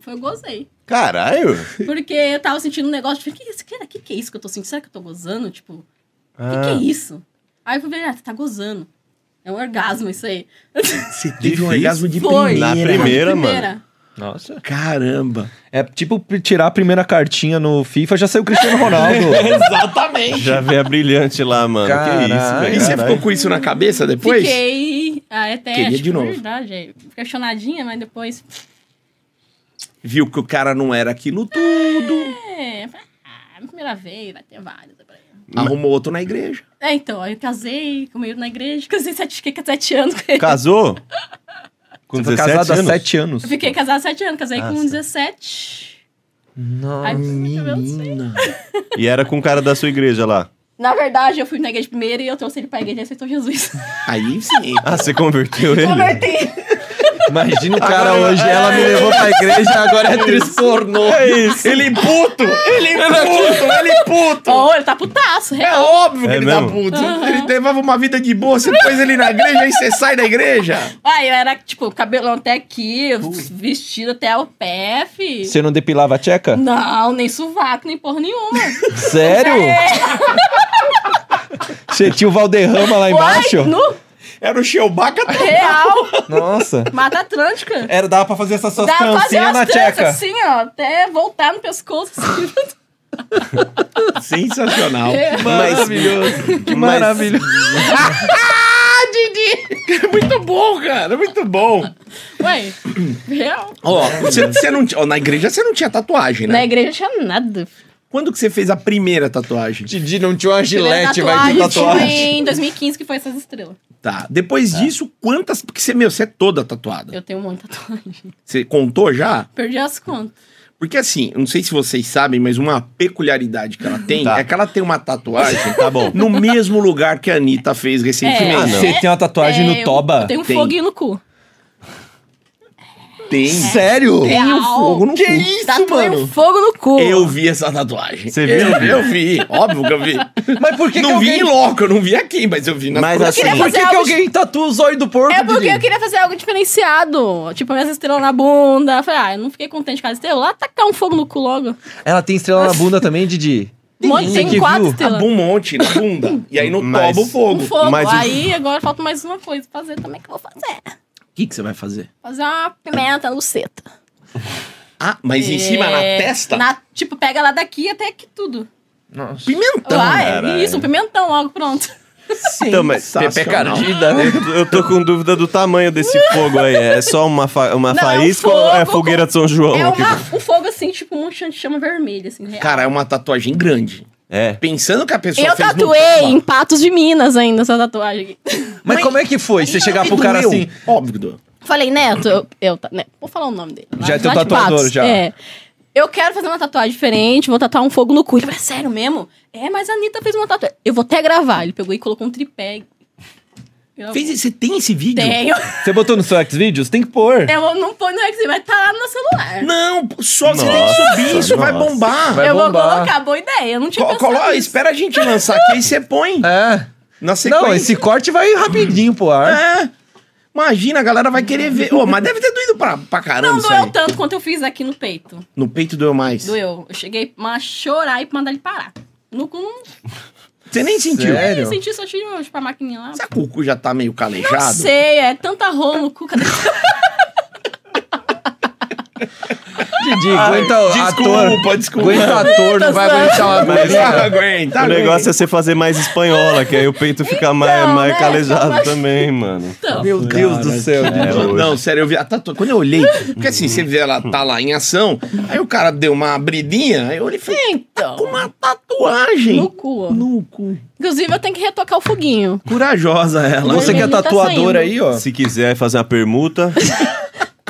foi, eu gozei. Caralho. Porque eu tava sentindo um negócio, tipo, que, que, isso- que, que que é isso que eu tô sentindo? Será que eu tô gozando? Tipo, que Ah. que é isso? Aí eu falei, ah, você tá gozando. É um orgasmo isso aí. Você teve Difícil. um orgasmo de Foi. primeira. Na primeira, mano. Nossa. Caramba. É tipo p- tirar a primeira cartinha no FIFA, já saiu o Cristiano Ronaldo. Exatamente. Já veio a brilhante lá, mano. Que isso, é Caralho. E velho. você Caralho. ficou com isso na cabeça depois? Fiquei ah, até, Queria acho de que novo. verdade, é, questionadinha, mas depois, Viu que o cara não era aquilo tudo. é, ah, primeira vez, vai ter várias. vai. Arrumou outro na igreja. É, então, aí eu casei, comi na igreja, casei sete, fiquei com sete anos com ele. Casou? Com Você foi 17 Tipo, casado há anos? 7 anos. Eu fiquei casada há sete anos, casei Nossa. com 17. Aí eu Ah, Nossa. falei, meu Deus do céu. Menina. E era com o cara da sua igreja lá. Na verdade, eu fui na igreja primeiro e eu trouxe ele pra igreja e aceitou Jesus. Aí sim. Ah, você converteu ele? Converti. Imagina o cara hoje, ela me levou pra igreja agora é atriz pornô. É isso. Ele puto! Ele é puto! Ele puto! Oh, ele tá putaço, É real. óbvio que É ele tá mesmo? puto. Ele levava uma vida de boa, você pôs ele na igreja, aí você sai da igreja. Aí eu era, tipo, cabelão até aqui, vestido até o pé, fi. Você não depilava a tcheca? Não, nem sovaco, nem porra nenhuma. Sério? É. Você tinha o Valderrama lá embaixo? Uai, no Era o Chewbacca tá todo. É. real, Nossa. Mata Atlântica. Era, dava pra fazer essas suas Dá pra fazer É, trancinhas umas na tranças tcheca. assim, ó, até voltar no pescoço. Assim. Sensacional. É. Maravilhoso. Que maravilha. Muito bom, cara. Muito bom. Ué, real. Ó, você, você não, tinha- ó, na igreja você não tinha tatuagem, né? Na igreja tinha nada. Quando que você fez a primeira tatuagem? Didi não tinha uma Primeira gilete, vai de é tatuagem tatuagem. tinha em 2015 que foi essas estrelas. Tá. Depois disso, quantas. Porque você, meu, você é toda tatuada. Eu tenho um monte de tatuagem. Você contou já? Perdi as contas. Porque assim, eu não sei se vocês sabem, mas uma peculiaridade que ela tem Tá. é que ela tem uma tatuagem Tá bom. no mesmo lugar que a Anitta fez Ah, recentemente. não. Você tem uma tatuagem É, no toba? Eu tenho um Tem. foguinho no cu. Tem. Sério? Tem um fogo no que cu. isso, Tatuei um mano? fogo no cu. Eu vi essa tatuagem. Você viu? Eu, eu vi, óbvio que eu vi. Mas por que não vi que em alguém... loco, eu não vi aqui, mas eu vi na Mas assim- queria Por fazer que, que algo- alguém tatua o zóio do porco, É porque Didi? eu queria fazer algo diferenciado. Tipo, minhas estrelas na bunda. Eu Falei, ah, eu não fiquei contente com as estrelas. Lá tacar um fogo no cu logo. Um Ela tem estrela na bunda também, Didi? Monte, Você que tem quatro viu? Tá Ah, estrelas. bum, um monte na bunda. E aí no Mas- toba o fogo. Um fogo. mas o- Aí agora falta mais uma coisa pra fazer também que eu vou fazer. O que, que você vai fazer? Fazer uma pimenta luceta. Ah, mas em cima, na É, testa? na- tipo, pega lá daqui até aqui tudo. Nossa. Pimentão. ah, caralho. é isso, um pimentão logo, pronto. Então, mas Eu tô com dúvida do tamanho desse fogo aí. É só uma, fa- uma Não, é um faísca ou fogo é a fogueira de São João? é aqui? uma, um fogo assim, tipo um chão de chama vermelha, assim, real. Cara, é uma tatuagem grande. É. Pensando que a pessoa Eu fez no tatuei toba. em Patos de Minas ainda essa tatuagem aqui. Mas como é que foi? Você chegar pro cara Doeu, assim... Óbvio. doeu. Falei, Neto, eu, eu ta- né, vou falar o nome dele. Lá- Já é teu lá de tatuador, Patos. já. É. Eu quero fazer uma tatuagem diferente, vou tatuar um fogo no cu. Ele falou, sério mesmo? É, mas a Anitta fez uma tatuagem. Eu vou até gravar. Ele pegou e colocou um tripé. Eu Fez, esse- você tem esse vídeo? tenho. Você botou no seu Xvideos? Tem que pôr. Eu não põe no X, mas tá lá no meu celular. Não, só você tem que Nossa, subir, isso vai nossa. bombar. Vai eu bombar. vou colocar, boa ideia. Eu não tinha Co- pensado colo- ah, nisso. espera a gente lançar aqui, aí você põe. É. Na sequência. Não, esse corte vai rapidinho pro ar. É. Imagina, a galera vai querer ver. Ô, mas deve ter doído pra, pra caramba Não isso aí. doeu tanto quanto eu fiz aqui no peito. No peito doeu mais. Doeu. Eu cheguei a chorar e pra mandar ele parar. No cu não Você nem sentiu. Sério? eu senti, só tirei tipo, a maquininha lá. Será que o cu já tá meio Não calejado? sei, é tanta rola no cu. Cadê? Didi, aguenta o Ah, desculpa, então, ator. desculpa. Aguenta ator, não Tá, vai aguentar uma Mas- Ah, aguenta. o né? negócio é você fazer mais espanhola, que aí o peito fica mais, Então, mais né? calejado Mas- também, mano. Então, Meu Deus do céu. É, Não, hoje. não, sério, eu vi a tatuagem. Quando eu olhei, porque assim, você vê ela tá lá em ação, aí o cara deu uma abridinha, aí eu olhei e falei, "Ei, tá com uma tatuagem. Então, no cu. ó. No cu. Inclusive, eu tenho que retocar o foguinho. Corajosa ela. Você que é Vermelho tá tatuadora aí, ó. Se quiser fazer uma permuta.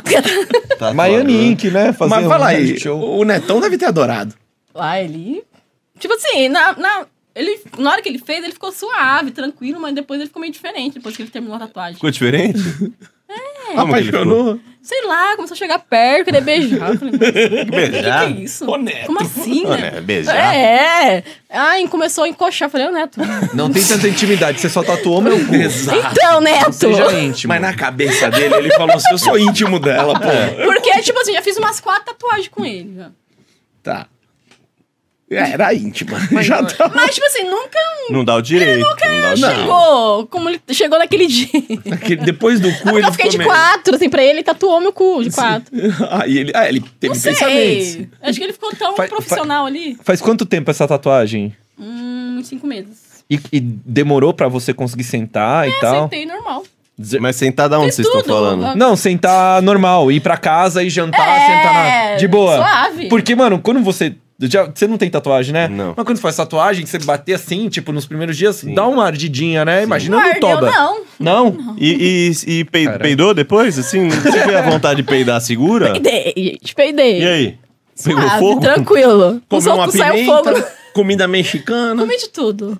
Tá Tatuador. Miami Ink, né? Fazer Mas um fala aí, show. o Netão deve ter adorado. Lá ele. Tipo assim, na, na, ele, na hora que ele fez, ele ficou suave, tranquilo, mas depois ele ficou meio diferente depois que ele terminou a tatuagem. Ficou diferente? Como que ele Apaixonou. Sei lá, começou a chegar perto, querer beijar. Eu falei, mas o que, que é isso? Honesto. Como assim, ficou? né? É, beijar. É. Ai, começou a encoxar. Eu Falei, ô Neto. Não tem tanta intimidade, você só tatuou meu cu. Exato. Então, Neto. Seja íntimo. Mas na cabeça dele, ele falou assim: eu sou íntimo dela, pô. Porque, tipo assim, já fiz umas quatro tatuagens com ele. já. Tá. É, Era íntima. Já tá. Mas, tipo assim, nunca Não dá o direito. Não dá o direito. chegou como ele chegou naquele dia. Aquele- depois do cu, ele eu fiquei de ficou meio- quatro, assim, pra ele, tatuou meu cu de quatro. Aí ele, ah, ele teve Não pensamentos. sei. Acho que ele ficou tão Fa- fa- profissional ali. Faz quanto tempo essa tatuagem? Hum, cinco meses. E, e demorou pra você conseguir sentar Tá. e É, tal? sentei normal. Mas sentar da onde Fiz vocês estão tudo. falando? Não, sentar normal, ir pra casa e jantar, É, sentar na... Tá de boa. suave. Porque, mano, quando você já, você não tem tatuagem, né? Não. Mas quando faz tatuagem, que você bater assim, tipo, nos primeiros dias, dá uma ardidinha, né? Imagina não no ardeu, toba. não. Não? E, e, e pei- Caralho. peidou depois? Assim, não tive a vontade de peidar segura? Peidei, gente, E peidei. aí? Pegou Suave, fogo? tranquilo. O Comeu uma solto saiu fogo. pimenta, comida mexicana. Comi de tudo.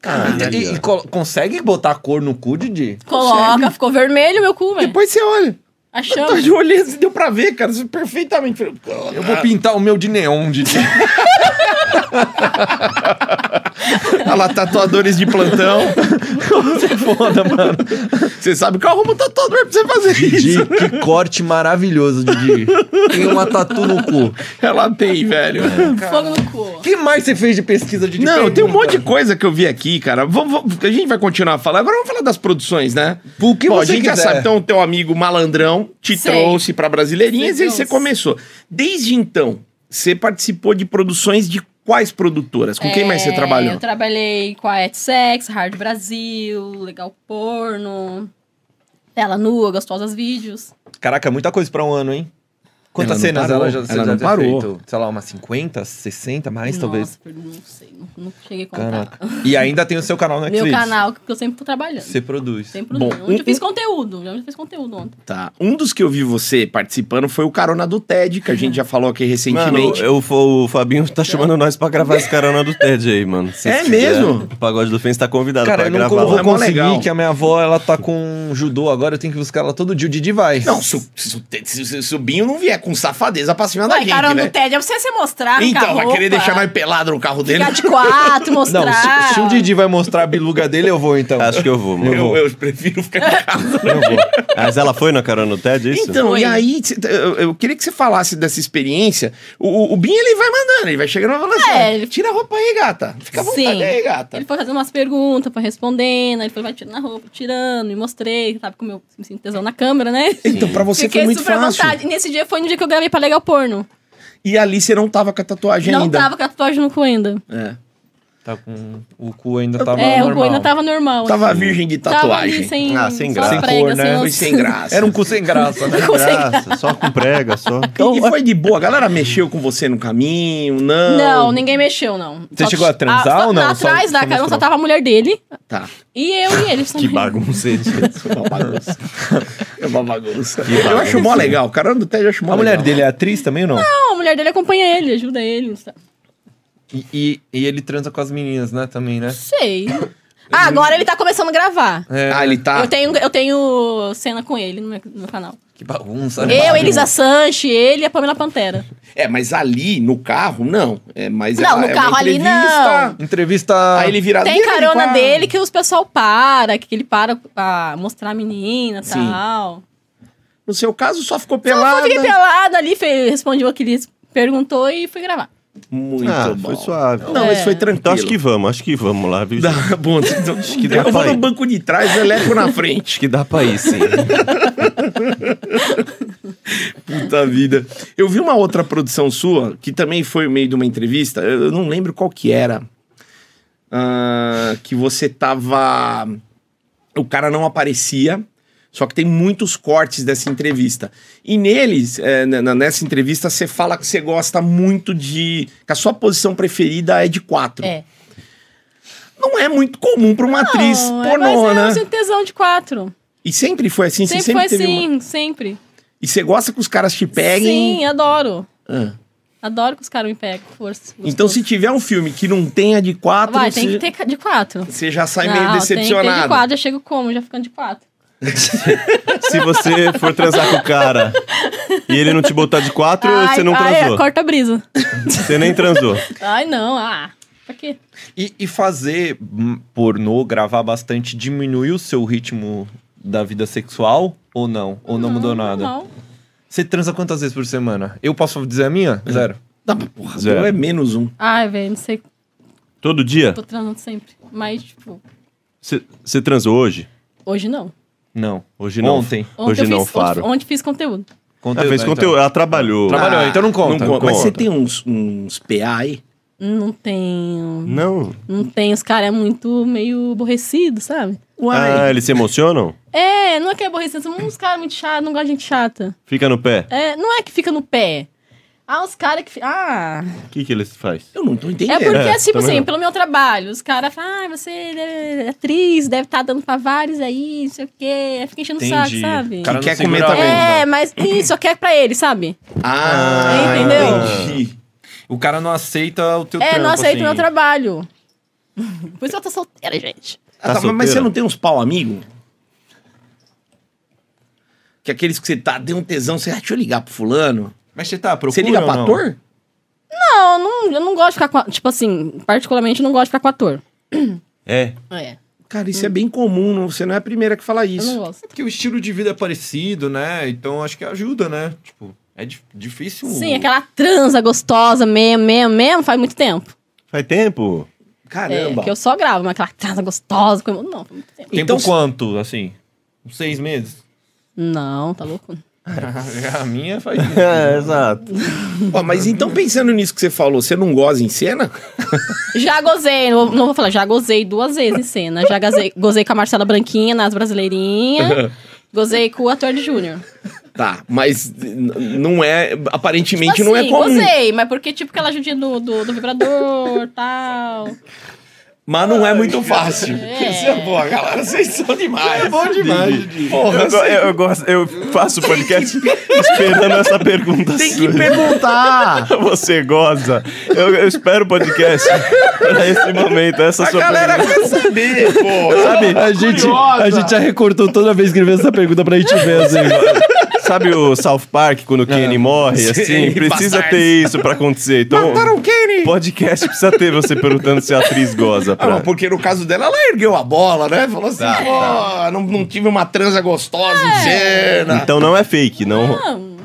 Caralho, E, e col- consegue botar cor no cu, Didi? Coloca, ficou vermelho meu cu, velho. Depois você olha. A Eu tô chama. de olho, você deu pra ver, cara. Você perfeitamente. Eu Ah. vou pintar o meu de neon, Didi. Olha lá, tatuadores de plantão. é Foda, mano. Você sabe que eu arrumo um tatuador pra você fazer Didi, isso. que corte maravilhoso, Didi. Tem uma tatu no cu. Ela É tem, velho. Fogo no cu. O que mais você fez de pesquisa, Didi? Não, Pergunta. tem um monte de coisa que eu vi aqui, cara. Vamos- vamos- a gente vai continuar a falar. Agora vamos falar das produções, né? O que Bom, você a gente já quiser. sabe, então, o teu amigo malandrão te Sei. trouxe pra Brasileirinhas Meu e aí você Deus. começou. Desde então, você participou de produções de quais produtoras? Com quem mais você É, Eu trabalhou? trabalhei com a Et Sex, Hard Brasil, Legal Porno, Tela Nua, Gostosas Vídeos. Caraca, muita coisa pra um ano, hein? Quantas Ela não cenas parou. ela já, você Ela já não tinha parou. feito? Sei lá, umas 50, 60 mais, Nossa, talvez. Não sei, não, não cheguei a contar. Caraca. E ainda tem o seu canal no Meu Xvideos. canal, que eu sempre tô trabalhando. Você produz. Sempre Bom, Bom, onde um- eu fiz conteúdo. Já onde eu fiz conteúdo ontem. Tá. Um dos que eu vi você participando foi o Carona do TED, que a gente já falou aqui Mano, recentemente. eu, o Fabinho tá chamando nós pra gravar esse carona do Ted aí, mano. Se É quiser, mesmo? O Pagode do Fence tá convidado Cara, pra eu não gravar vou lá. É mó conseguir, legal. que a minha avó, ela tá com judô agora, eu tenho que buscar ela todo dia, o Didi vai. Não, se, o- se, o Ted- se, se- se o Binho não vier com safadeza pra cima da Vai, gente, carona né? do TED, é você se mostrar com a Então, vai roupa, querer deixar nós pelado no carro dele? Ficar de um quatro, mostrar. Não, se, se o Didi vai mostrar a biluga dele, eu vou então. Acho que eu vou, mano. Eu, eu prefiro ficar em casa. eu vou. Mas ela foi na carona do Ted, é isso? Então, Foi. e aí, cê- eu, eu queria que você falasse dessa experiência. O, o, o Binho, ele vai mandando, ele vai chegando e vai falando assim, É, ó, ele- tira a roupa aí, gata. Fica à vontade Sim. aí, gata. Ele foi fazendo umas perguntas, foi respondendo, aí ele foi vai tirando a roupa, tirando, me mostrei, sabe como eu me sinto tesão na câmera, né? Então, pra você Fiquei foi muito super à fácil. vontade. E Nesse dia foi no dia que eu gravei pra Legal Porno. E ali você não tava com a tatuagem Não ainda. tava com a tatuagem no cu ainda. É. Tá com... O cu ainda tava é, normal. o cu ainda tava normal. né? Tava virgem de Tava tatuagem. ali sem, Ah, sem só graça. as Sem pregas, cor, né? sem Foi os- sem graça. Era um cu sem graça, né? Graça, só com prega, só. E Então, foi de boa. A galera mexeu com você no caminho? Não. Não, ninguém mexeu, não. Você chegou a transar só- ou não? Só- Atrás só da carona só mostrou. tava a mulher dele Tá. e eu e ele. só- Que bagunça, gente. É uma bagunça. é uma bagunça. Eu acho mó legal. O cara do Ted eu acho mó A mulher legal. dele é atriz também ou não? Não, a mulher dele acompanha ele, ajuda ele. Não E, e- e ele transa com as meninas, né, também, né? sei. Ah, agora ele tá começando a gravar. É. Ah, ele tá... Eu, tenho, eu tenho cena com ele no meu, no meu canal. Que bagunça, né? Eu, Elisa Sanche, ele e a Pamela Pantera. É, mas ali no carro, não. É, mas Não, ela- no é uma carro ali, entrevista. Entrevista... Aí ele vira Tem vira carona pra- dele que os pessoal para, que ele para pra mostrar a menina e Sim. Ah, tal. No seu caso, só ficou Eu pelada. fiquei pelada ali, fe- respondi o que ele perguntou e fui gravar. Muito Ah, bom. foi suave. Não, É. isso foi tranquilo. Então acho que vamos, acho que vamos lá, viu? Dá, gente? bom, então, acho que dá eu vou pra ir. no banco de trás, eu levo na frente. Acho que dá pra ir, sim. Puta vida. Eu vi uma outra produção sua, que também foi meio de uma entrevista, eu eu não lembro qual que era. Ah, que você tava. O cara não aparecia, só que tem muitos cortes dessa entrevista. E neles, eh, n- n- nessa entrevista, você fala que você gosta muito de. que a sua posição preferida é de quatro. É. Não é muito comum pra uma atriz Não, é, pornô, Mas né? é um sintesão de quatro. E sempre foi assim? Sempre, você sempre foi teve uma- assim, sempre. E você gosta que os caras te peguem? Sim, adoro. Ah. Adoro que os caras me pegam. Força. Então, se tiver um filme que não tenha de quatro, Vai, tem você, que ter ca- de quatro. você já sai Não, meio tem que ter de decepcionado. quatro, já chego como? Já ficando de quatro. Se você for transar com o cara e ele não te botar de quatro, Ai, você não ai, é, transou. corta a brisa. Você nem transou. Ai, não, ah. Pra quê? E, e fazer hum, pornô, gravar bastante, diminuiu o seu ritmo da vida sexual ou não? Ou não, mudou nada? Não. Você transa quantas vezes por semana? Eu posso dizer a minha? Zero. Não, mas porra, Zero. meu é menos um. Ai, velho, não sei, Todo dia? tô transando sempre. Mas, tipo, Você- Você transou hoje? hoje não. Não. Hoje não. Ontem. Hoje eu não, fiz, Faro. Ontem, ontem fiz conteúdo. Conteúdo, Ela fez né, conteúdo, ela então. trabalhou. Trabalhou. Ah, então não conta, não Mas conta. você tem uns, uns PA aí? Não tenho. Ah, Não. Não tenho. Os caras é muito meio aborrecido, sabe? Ah, eles se emocionam? É, não é que é aborrecido, são uns caras muito chatos, não gosta de gente chata. Fica no pé. É, não é que fica no pé. Ah, os caras que. fi- Ah. O que, que eles fazem? Eu não tô entendendo. É porque, É, tipo também assim, não. pelo meu trabalho, os caras falam, ah, você é atriz, deve estar dando pra vários aí, não sei o quê. Fica enchendo o saco, Entendi. sabe? O cara não Quer segura comentar a onda. É, mas isso, só quer pra ele, sabe? Ah, Entendeu? entendi. O cara não aceita o teu É, trampo, não aceito assim. meu trabalho. Por isso que eu tô solteira, gente. Ah, tá, mas- mas solteira? você não tem uns pau amigo? Que aqueles que você tá, deu um tesão, você, ah, deixa eu ligar pro fulano. Mas você tá procurando você liga pra ator? Não, eu não, eu não gosto de ficar com. a- Tipo assim, particularmente, eu não gosto de ficar com ator. É. É, Cara, isso é bem comum, não- você não é a primeira que fala eu não isso. gosto. Porque o estilo de vida é parecido, né? Então acho que ajuda, né? Tipo, é di- difícil... Sim, aquela transa gostosa mesmo, mesmo, mesmo, faz muito tempo. Faz tempo? É, Caramba. que eu só gravo, mas aquela transa gostosa, com... não, faz muito tempo. Tempo Então- quanto, assim? Uns seis meses? Não, tá louco? a minha faz isso. É, exato. Ó, mas então pensando nisso que você falou, você não goza em cena? Já gozei, não, vou- não vou falar, já gozei duas vezes em cena. Já gozei, gozei com a Marcela Branquinha nas Brasileirinhas. Gozei com o ator de Júnior. Tá, mas n- não é. Aparentemente não é Assim, comum. Gozei, mas porque tipo aquela judia do, do, do vibrador e tal. Mas não é muito fácil. É. Você- Pô, galera, vocês são demais. É bom demais, Porra, eu, go- você- eu gosto, eu faço podcast esperando essa pergunta Tem que sua. perguntar. Você goza. Eu, eu espero o podcast pra esse momento, essa A sua galera pergunta. quer saber, pô. Sabe, A gente, a gente já recortou toda vez que ele fez essa pergunta pra gente ver, assim. sabe o South Park quando o Kenny morre, Ah, Sim, assim? Precisa bastardos. ter isso pra acontecer. Então, Mataram o Kenny. podcast precisa ter você perguntando se a atriz goza. Ah, Pra... Ah, mas porque no caso dela, ela ergueu a bola, né? Falou assim, pô, tá. Não, não tive uma transa gostosa É. em cena. Então não é fake, não.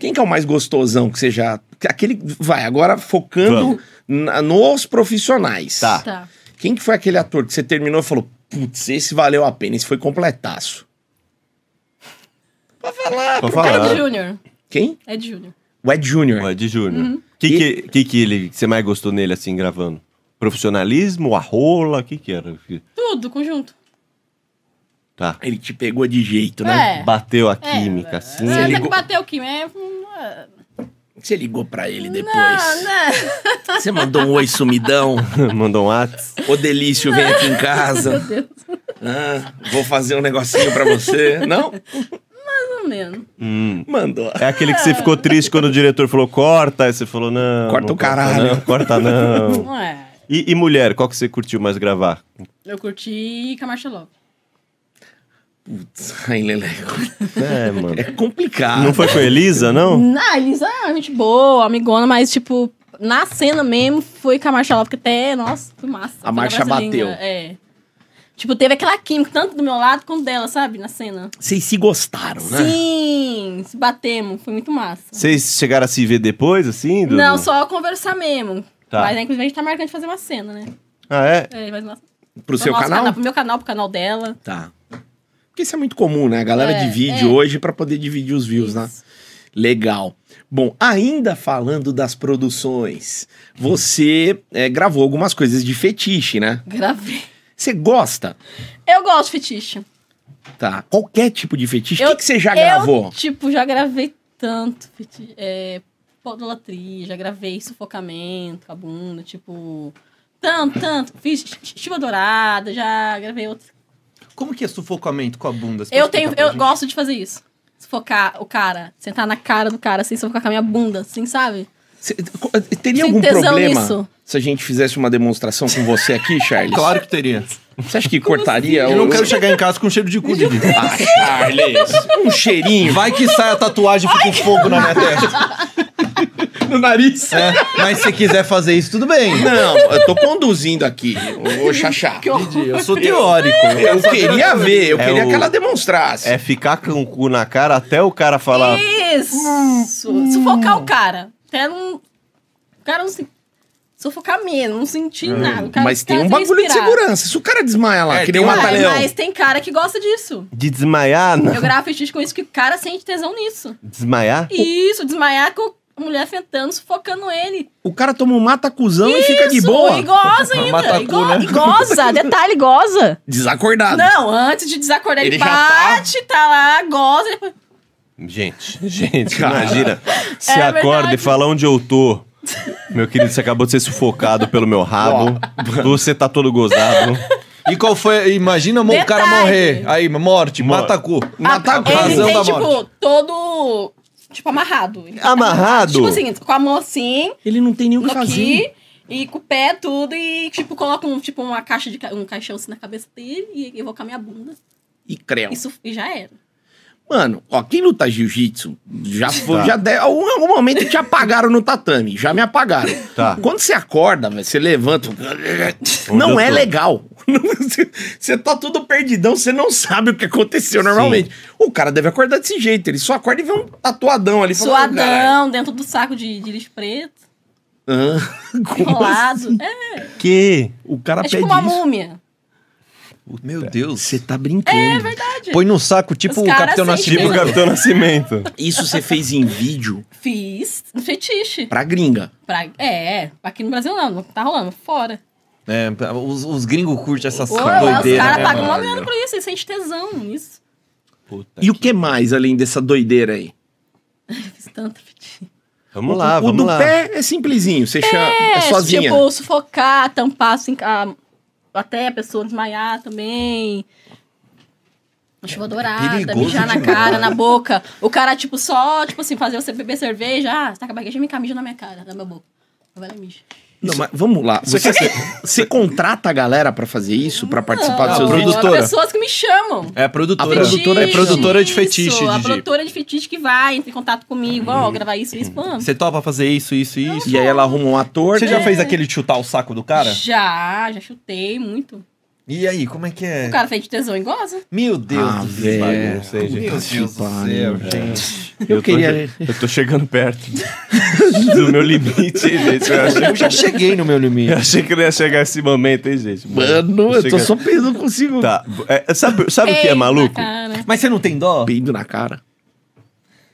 Quem que é o mais gostosão que você já... Aquele... Vai, agora focando Vamos. na- nos profissionais. Tá. Tá. Quem que foi aquele ator que você terminou e falou, putz, esse valeu a pena, esse foi completaço? Pra falar. Pra É de falar. Júnior. Quem? É de Júnior. O Ed Júnior. Ué, de Júnior. Que, que, que que ele que você mais gostou nele, assim, gravando? Profissionalismo, a rola, o que que era? Tudo, conjunto. Tá. Ele te pegou de jeito, né? É. Bateu a É, química, é, Um assim. é, ele- até que bateu o Kim. É, hum, é. Você ligou pra ele depois. não, né? Você mandou um oi sumidão. Mandou um ato. Ô Delício, vem aqui em casa. Deus. tá Ah, vou fazer um negocinho pra você. Não? Mais ou menos. Mandou. É aquele que você ficou triste quando o diretor falou corta, aí você falou não. Corta não o caralho. Não, corta não. Não é. E, e mulher, qual que você curtiu mais gravar? Eu curti Camacho Lopes. Putz, ai, Leleco. É, mano. É complicado. Não foi com a Elisa, não? Ah, Elisa é gente boa, amigona, mas tipo, na cena mesmo foi com a Marcha Lopes, que até, nossa, foi massa. Foi na marcha Brasilinha, bateu. É. Tipo, teve aquela química, tanto do meu lado quanto dela, sabe, na cena. Vocês se gostaram, né? Sim, se batemos, foi muito massa. Vocês chegaram a se ver depois, assim? do- Não, só conversar mesmo. Tá. Mas, né, inclusive, a gente tá marcando de fazer uma cena, né? Ah, é? É, mas nossa, Pro seu nosso canal? Pro meu canal, pro canal dela. Tá. Porque isso é muito comum, né? A galera É, divide é. hoje pra poder dividir os views, né? Isso. Legal. Bom, ainda falando das produções, você é, gravou algumas coisas de fetiche, né? Gravei. Você gosta? Eu gosto de fetiche. Tá. Qualquer tipo de fetiche. O Eu- que, que você já eu, gravou? Tipo, já gravei tanto. feti- É, podolatria, já gravei sufocamento com a bunda, tipo. Tanto, tanto. Fiz ch- ch- chiva dourada, já gravei outro. Como que é sufocamento com a bunda? Você Eu pode tenho. explicar pra Eu gente? gosto de fazer isso. Sufocar o cara, sentar na cara do cara, assim, sufocar com a minha bunda, assim, sabe? Cê- co- teria Tem algum tesão problema nisso? se a gente fizesse uma demonstração com você aqui, Charles? Claro que teria. Você acha que cortaria? Eu o- não quero chegar em casa com cheiro de cu de vida. Ah, Charles! Um cheirinho Vai que sai a tatuagem e fica um fogo na minha testa. no nariz. É, mas se quiser fazer isso, tudo bem. Não, eu tô conduzindo aqui. Ô, Xaxá. Eu sou teórico. Eu queria ver, eu É queria o- que ela demonstrasse. É ficar com o cu na cara até o cara falar. Isso! Sufocar o cara. Até não. O cara não se. Sufocar mesmo, não sentir nada. O cara Mas fica tem um bagulho de respirado. segurança. Se o cara desmaia lá, É, que nem um tem um- Ué, mataleão. mas tem cara que gosta disso. De desmaiar? né? Eu gravo fetiche com isso que o cara sente tesão nisso. Desmaiar? Isso, desmaiar com a mulher fentando, sufocando ele. O cara toma um mata-cusão e fica de Isso, boa. E goza ainda. Mata e, cu, go- né? e goza, detalhe, goza. Desacordado. Não, antes de desacordar, ele, Ele já bate, tá... lá, goza, depois. Gente, gente, Cara. imagina. Se É acorda verdade. e fala onde eu tô. Meu querido, você acabou de ser sufocado pelo meu rabo. Você tá todo gozado. E qual foi. Imagina mo- o cara Detalhe. morrer. Aí, morte, Mor- mata cu. Matar o Ele Razão tem, da tipo, morte. todo. Tipo, amarrado. Ele tá Amarrado? Tipo assim, com a mão assim, Ele não tem nem o que no fazer. aqui, e com o pé tudo, e tipo, coloca um, tipo, uma caixa de ca- um caixão assim na cabeça dele e eu vou com a minha bunda. E creu. Isso e já era. Mano, ó, quem luta jiu-jitsu, já foi, Tá. já deu, algum, algum momento te apagaram no tatame, já me apagaram. Tá. Quando você acorda, velho, você levanta, eu não é tô? legal. Você- você tá tudo perdidão, você não sabe o que aconteceu normalmente. O cara deve acordar desse jeito, ele só acorda e vê um tatuadão ali. e fala, "Ah, caralho." Suadão, dentro do saco de, de lixo preto, Ah, como enrolado. É, Que? O cara é pede tipo uma isso. múmia. Meu Deus, você tá brincando. É Verdade. Põe num saco, tipo Os o caras Capitão sem Nascimento. Tipo o Capitão Nascimento. Isso você fez em vídeo Fiz um fetiche. pra gringa. Pra, é, aqui no Brasil não, não tá rolando, fora. É, os, os gringos curtem essas Ô, doideiras. os caras né, pagam uma mano? grana por isso, eles sentem tesão nisso. Tá E o que mais além dessa doideira aí? Eu fiz tanto fetiche. Vamos lá, o do vamos lá. pé é simplesinho, você chama, é sozinha. tipo, sufocar, tampar, assim, a- até a pessoa desmaiar também. Uma Chuva dourada, perigoso mijar na cara, na boca. O cara, tipo, só, tipo assim, fazer você beber cerveja. Ah, você tá com a barriga, me camija na minha cara, na minha boca. Vai lá e mija. Não, mas vamos lá. Você, você contrata a galera pra fazer isso, Pra participar dos Não, seus não. vídeos? produtora. pessoas que me chamam. É a produtora. A produtora é produtora de fetiche, Isso, A Didi. produtora de fetiche que vai, entra em contato comigo. Ó, gravar isso, isso, mano. Você topa fazer isso, isso e isso? E aí ela arruma um ator. Você já fez aquele de chutar o saco do cara? Já, já chutei muito. E aí, como é que é? O cara fez de tesão assim, e goza. Meu Deus Ah, do velho. céu. Não sei, gente. Meu Deus do céu, gente. Eu, tô queria. che- eu tô chegando perto do meu limite, hein, gente. Eu achei, Eu já cheguei no meu eu limite. achei que não ia chegar esse momento, hein, gente. Mano, eu tô Chega- só pensando, não consigo. Tá. é, sabe sabe o que Ei, é na maluco? cara. Mas você não tem dó? Peido na cara.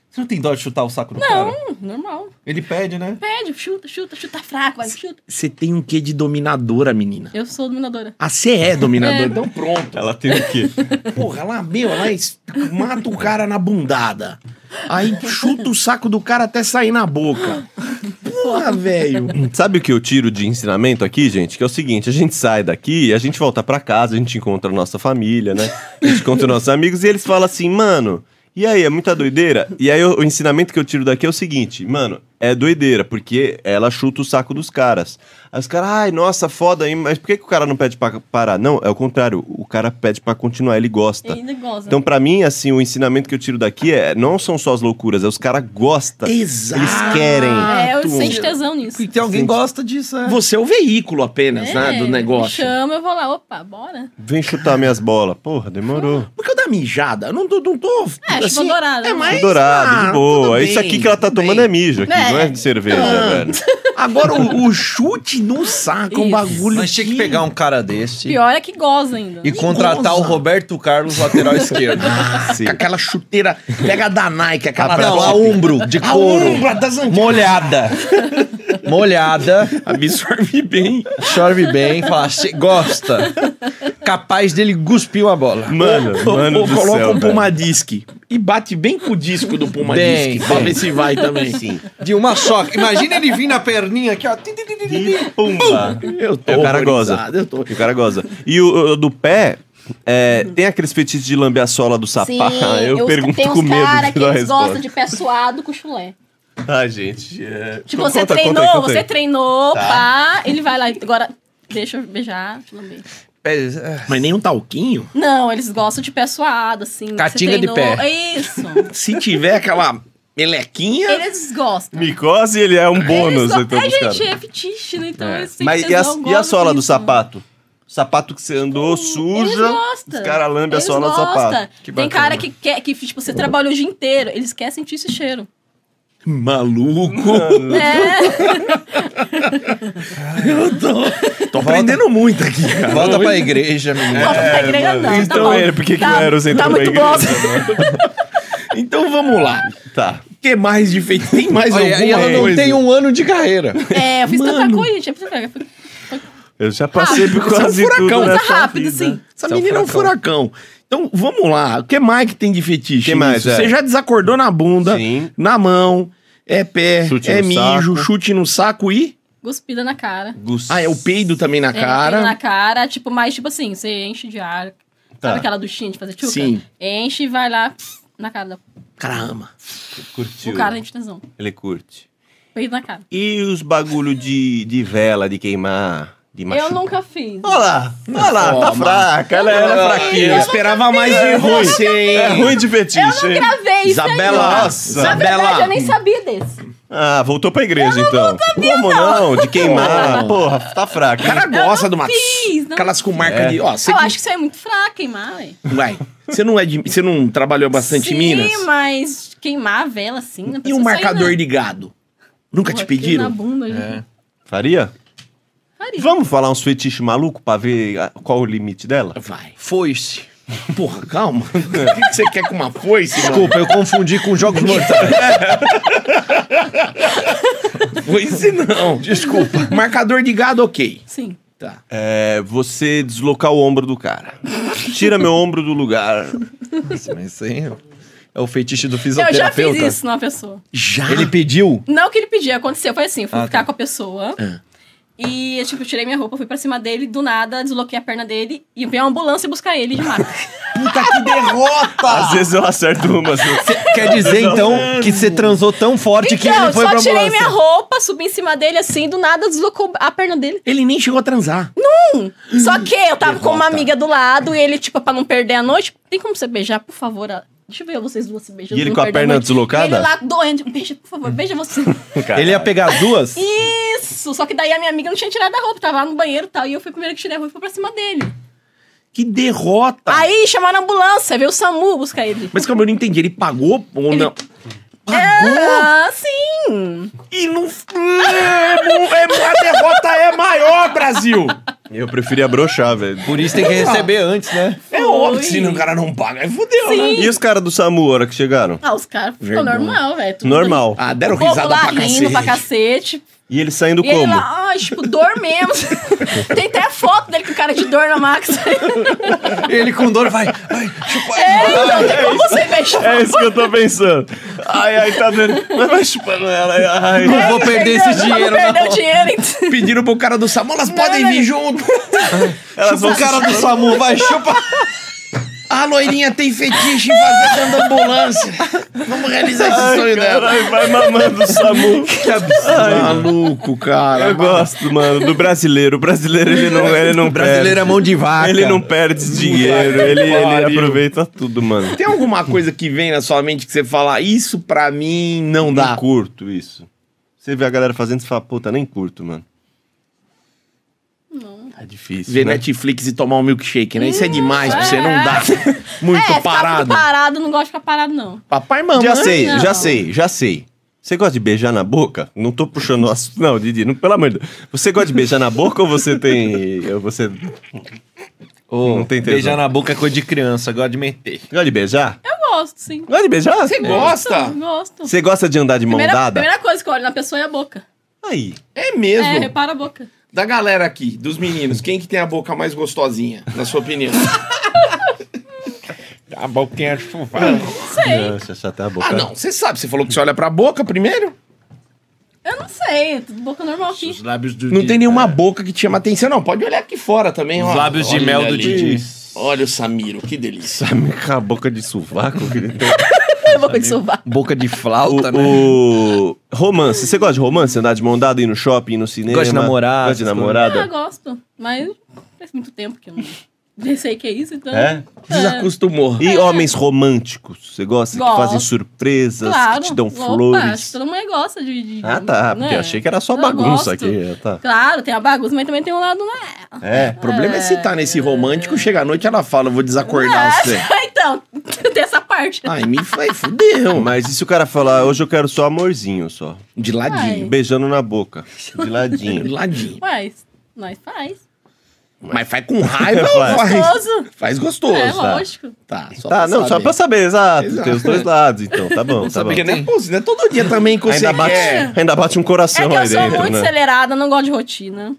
Você não tem dó de chutar o saco do cara? Não, Hum, normal. Ele pede, né? Pede, chuta, chuta, chuta tá fraco, vai, chuta. Você tem um quê de dominadora, menina? Eu sou dominadora. Ah, você é dominadora. É. Então pronto. Ela tem o quê? Porra, lá, meu, lá, es- mata o cara na bundada. Aí chuta o saco do cara até sair na boca. Porra, velho. Sabe o que eu tiro de ensinamento aqui, gente? Que é o seguinte, a gente sai daqui, a gente volta pra casa, a gente encontra a nossa família, né? A gente encontra nossos amigos e eles falam assim, mano, e aí, é muita doideira? E aí o, o ensinamento que eu tiro daqui é o seguinte, mano, é doideira, porque ela chuta o saco dos caras. Aí os caras, ai, nossa, foda, hein? Mas por que, que o cara não pede pra parar? Não, é o contrário, o cara pede pra continuar, ele E gosta. ainda goza. Então, pra mim, assim, o ensinamento que eu tiro daqui é, não são só as loucuras, é os caras gostam. Exato. Eles querem. é, eu sente tesão nisso. Tem alguém que gosta disso, é. Você é o veículo apenas, É, né, do negócio. Me chama, eu vou lá, opa, bora. Vem chutar minhas bolas. Porra, demorou. Porque eu da mijada, eu não tô. Não tô É, chuva dourada, É né? mais. Mas, Dourado, ah, de tudo boa. bem, Isso aqui que ela tá tudo tomando bem. é mijo aqui, É. não é de cerveja, Ah. velho. Agora o, o chute no saco, um Isso. bagulho. Mas tinha que pegar um cara desse Pior é que goza ainda. e contratar o Nossa. Roberto Carlos, lateral esquerdo. ah, Com aquela chuteira. Pega a da Nike, aquela. Ah, Não, da- a umbro, de A couro. umbra das antigas. Molhada. Molhada. Absorve bem. Chove bem, fala, "Che- gosta. Capaz dele cuspir uma bola. Mano, mano Ou do coloca céu, um velho. pumadisque. E bate bem com o disco do Bem, pumadisque. Pra bem. ver se vai também. Sim. De uma só. Imagina ele vir na perninha aqui, ó. Tim, tim, tim, tim, tim. Pumba. Eu tô. E É, o cara horrorizado, goza. Eu tô. O cara goza. E o, o do pé... é, tem aqueles fetiches de lamber a sola do sapato. Ah, eu, os- pergunto tem com uns medo cara de que dar eles resposta. gostam de pé suado com chulé. Ah, gente. é- Tipo, Conta, você conta aí, treinou, conta você aí. Tá. treinou, pá, ele vai lá, agora deixa eu beijar, te lamber. É, Mas nem um talquinho. Não, eles gostam de pé suado, assim. que Catinga você de treinou. pé. Isso. Se tiver aquela melequinha. Eles gostam. Micose, ele é um Eles bônus. gostam- então, é, pros caras. gente, é fetiche, né? Então eles têm Mas tesão, e a, e a gozam sola com do isso. sapato? Sapato que você andou Eles suja, gostam. os caras lambem a Eles sola do gostam. sapato. Que Tem bacana. cara que quer, que tipo, você trabalha o dia inteiro, eles querem sentir esse cheiro. Maluco. É, Eu tô, tô aprendendo muito aqui, cara. Volta pra igreja, menina. É, tá igreja, não. tá Então bom. ele, por que, que tá, não era os Tá muito gosto. Então vamos lá. né? Tá. O que mais de feito? Tem mais Olha, alguma e ela não coisa? tem um ano de carreira. É, eu fiz Mano. tanta coisa, gente. Eu preciso pegar. Eu já passei Isso por é um quase furacão. tudo né? Isso é nessa rápido, vida. sim. Essa menina é um furacão. Então, vamos lá. O que mais que tem de fetiche? Que mais, nisso? é? Você já desacordou na bunda, Sim. na mão, é pé, Chute é no mijo, saco. chute no saco e... Cuspida na cara. Ah, é o peido também na É, cara. Na cara, tipo, mas tipo assim, você enche de ar. Tá. Sabe aquela duchinha de fazer tchuca? Sim. Enche e vai lá pss, na cara da... Caramba. Curtiu. O cara enche tesão. Ele curte. Peido na cara. E os bagulho de, de vela, de queimar, de machucar? Eu nunca fiz. Olha lá, olha lá, tá Toma. fraca. Ela é fraquinha. Eu esperava mais de você, hein? É ruim de fetiche, hein? Gravei É isso aí. Isabela, Nossa. Na verdade, eu Isabela, nem sabia desse. Ah, voltou pra igreja, então. Como não? De queimar. Porra, tá fraca. o cara gosta de uma... fiz, não. Aquelas com marca É. de... Ó, você eu que- acho que isso aí é muito fraco, queimar, ué. Vai. Você não, é de- você não trabalhou bastante em Sim, Minas? mas queimar a vela assim... Não E precisa um sair, marcador não. de gado? Nunca Pô, te aquilo Na pediram? bunda, gente. Faria? Faria. Vamos falar uns fetiches malucos pra ver a- qual o limite dela? Vai. Foice. Porra, calma. O que que você quer com uma foice? mano? Desculpa, eu confundi com jogos mortais. Foice não. Desculpa. Marcador de gado, ok. Sim. Tá. É você deslocar o ombro do cara. Tira meu ombro do lugar. Nossa, mas isso aí é o feitiço do Eu já fisioterapeuta. fiz isso numa pessoa. Já? Ele pediu. Não o que ele pediu, aconteceu. Foi assim, eu fui Ah, ficar tá. com a pessoa. É. E, eu, tipo, eu tirei minha roupa, fui pra cima dele, do nada, desloquei a perna dele e veio uma ambulância buscar ele de maca. Puta que derrota! Às vezes eu acerto umas. Quer dizer, então, que você transou tão forte que então, ele eu foi só pra tirei ambulância. minha roupa, subi em cima dele assim, do nada deslocou a perna dele. Ele nem chegou a transar. Só que eu tava com uma Derrota. amiga do lado e ele, tipo, pra não perder a noite, tem como você beijar, por favor? a- Deixa eu ver vocês duas se beijando. E ele não com a perder perna noite." deslocada? Ele lá doendo, beija, por favor, beija você. Ele ia pegar as duas? Isso, só que daí a minha amiga não tinha tirado a roupa, tava lá no banheiro e tal, e eu fui a primeira que tirei a roupa e fui pra cima dele. Tá. Que derrota! Aí chamaram a ambulância, veio o SAMU buscar ele. Mas calma, eu não entendi. Ele pagou ou Ele- não? Ah, sim! E não. É, mu- é mu- a derrota é maior, Brasil! Eu preferia broxar, velho. Por isso tem que receber antes, né? É óbvio que se o cara não paga, é fudeu, né? E os caras do SAMU, a hora que chegaram? Ah, os caras ficam Vergonha. normal, velho. tudo Normal. Ah, bem. deram O povo risada lá pra rindo cacete. pra cacete. E eles saindo E ele como? lá, ah, tipo, dor mesmo. Tem até a foto dele com cara de dor na Max. Ele com dor vai. é, então, tem como você mexer. É isso que eu tô pensando. Ai, ai, tá doendo. Mas vai chupando ela. ai, Ai, É, Não vou perder esse dinheiro, né? Perdeu não. o dinheiro, então. Pediram pro cara do Samu, elas podem não. vir junto. Elas vão O cara do SAMU vai chupa. A loirinha tem fetiche em fazer dentro da ambulância. Vamos realizar esse Ai, sonho dela. caralho, vai mamando o SAMU. Que absurdo. Maluco, cara. Eu gosto, mano, do brasileiro. O brasileiro, ele não, ele não Brasileiro é perde. mão de vaca. Ele não perde esse dinheiro. Ele, ele pariu. aproveita tudo, mano. Tem alguma coisa que vem na sua mente que você fala, isso pra mim não Não dá? curto isso. Você vê a galera fazendo, você fala, puta, nem curto, mano. Não. É difícil, Ver né? Netflix e tomar um milkshake, né? Isso é demais pra você, não dá. Muito é, parado. Ficar parado, não gosto de ficar parado, não. Papai e mamãe. Já sei, não. já sei, já sei. Você gosta de beijar na boca? Não tô puxando o assunto. Não, Didi, não, pelo amor de Deus. Você gosta de beijar na boca ou você tem. ou Você Ô, Não tem tesão. Beijar na boca é coisa de criança, gosta de meter. gosta de beijar? Eu gosto, sim. Gosta de beijar? Você Gosta? Eu Gosto. Você gosta de andar de mão Primeira, dada? primeira coisa que eu olho na pessoa é a boca. Aí. É mesmo. É, repara a boca. Da galera aqui, dos meninos, quem que tem a boca mais gostosinha, na sua opinião? A boquinha chuvada. Sei. Nossa, já tá a boca. ah, não. Você sabe, você falou que você olha pra boca primeiro? Eu não sei, tudo boca normal aqui. lábios do Não tem nenhuma boca que te chama atenção, não. Pode olhar aqui fora também, ó. Ah, Os lábios de Olha mel do ali. Didi. Olha o Samiro, que delícia. Com a boca de sovaco que ele tem. boca de sovaco. Boca de flauta, né? O, o romance. Você gosta de romance? Andar de mão dada, ir no shopping, ir no cinema? Gosta de namorar, Gosta de essas Ah, namorada? gosto. Mas faz muito tempo que eu não nem sei o que é isso, então. É? Desacostumou. E homens românticos? Você gosta? Que Ah, é. Gosto. fazem surpresas, Claro. que te dão Opa, acho que flores. todo mundo gosta de. de- Ah, tá. Porque né? eu achei que era só Eu bagunça gosto. aqui. ah, Tá. Claro, tem a bagunça, mas também tem um lado. Né? É. O problema é se tá nesse romântico, chega à noite ela fala, eu vou desacordar você. então, tem essa parte. Ai, me faz, fudeu. Mas e se o cara falar, hoje eu quero só amorzinho, só? De É. ladinho. Beijando na boca. De De ladinho. ladinho. Mas, nós faz. Mas faz com raiva ou Faz. faz? Gostoso. Faz gostoso. É, tá. lógico. Tá, só Tá, não, só pra saber, exato. Exato. Tem os dois lados, então. Tá bom, tá bom. Porque não é, possível, não é todo dia também que você Ainda bate, quer. ainda bate um É coração que eu aí sou dentro, muito né? acelerada, não gosto de rotina.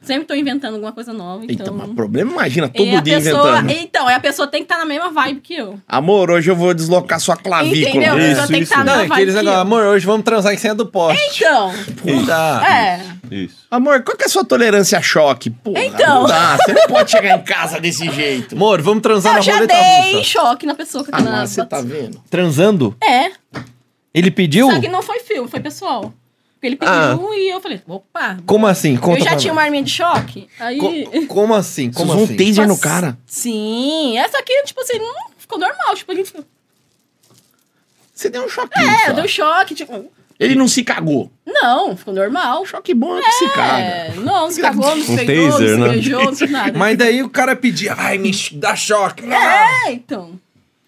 Sempre tô inventando alguma coisa nova. Então, Eita, mas problema, imagina, E todo a dia pessoa, inventando. Então, é a pessoa tem que estar na mesma vibe que eu. Amor, hoje eu vou deslocar sua clavícula. Entendeu? A pessoa Isso, tem que isso. estar Não, na é mesma que vibe eles que agora, eu. amor, hoje vamos transar em cima do poste. Então, Tá. é. Isso. Amor, qual que é a sua tolerância a choque? Porra, Então. não dá. Você não pode chegar em casa desse jeito. Amor, vamos transar tá Eu na já roleta dei russa. choque na pessoa que eu Ah, tô na mas você tá vendo? Transando? É. Ele pediu? Só que não foi filme, foi pessoal. Porque ele pediu e eu falei, opa. Como assim? Ah. Conta eu já pra tinha mim. uma arminha de choque. Aí. Co- como assim? Vocês Como vão um assim? taser no Mas- cara. Sim. Essa aqui, tipo assim, não ficou normal. Tipo, ele. Você deu um choquinho. É, só. deu choque. Tipo, Ele não se cagou. não, ficou normal. Choque bom é que se É, caga. não, se cagou, não se Um pegou, taser, não né? se beijou, não fez nada. Mas daí o cara pedia, ai, me ch- dá choque. É, então.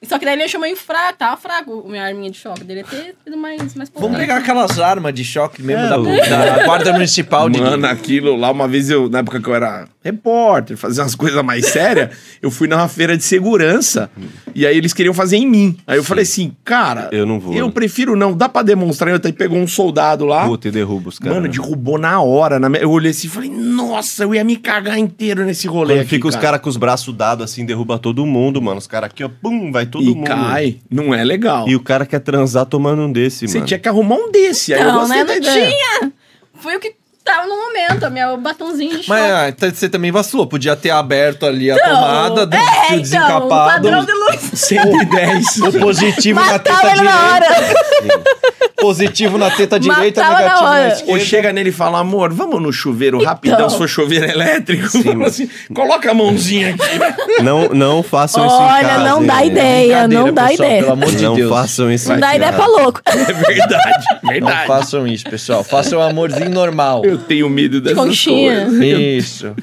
Só que daí ele achou meio fraco, tava fraco o minha arminha de choque. Dele ter sido mais, mais Vamos polêmico. pegar aquelas armas de choque mesmo É, da, o- da guarda municipal de... Mano, aquilo lá, uma vez eu, na época que eu era repórter, fazia umas coisas mais sérias, eu fui numa feira de segurança e aí eles queriam fazer em mim. Aí eu falei assim, cara, Eu não vou. Eu prefiro não, dá pra demonstrar. Eu até pegou um soldado lá. Puta, e derruba os caras. Mano, né? derrubou na hora. na me- Eu olhei assim e falei, nossa, eu ia me cagar inteiro nesse rolê. Quando aqui, fica os caras com os braços dados assim, derruba todo mundo, mano. Os caras aqui, ó, pum, vai todo E mundo. cai. Não é legal. E o cara quer transar tomando um desse, Você mano. tinha que arrumar um desse. aí eu Não, gostei né? da Não ideia. tinha. Foi o que tava no momento, a minha o batonzinho de choque. Mas ah, então você também vacilou, podia ter aberto ali a tomada, do é, fio então, desencapado. padrão de luz. 110. O positivo na Matava teta ele na direita. hora. Positivo na teta direita, Matava na negativo na, hora. Ou esquerda. chega nele e fala, amor, vamos no chuveiro Então. rapidão, se for chuveiro elétrico. Fala assim, coloca a mãozinha aqui. Não, não façam isso em Olha, casa, não hein, dá gente. ideia, não Brincadeira, dá pessoal, ideia. Pelo amor de não Deus. façam isso Não em dá ideia casa. pra louco. É verdade, Não verdade. façam isso, pessoal. Façam um amorzinho normal. Eu tenho medo dessas conchinha. coisas. Isso.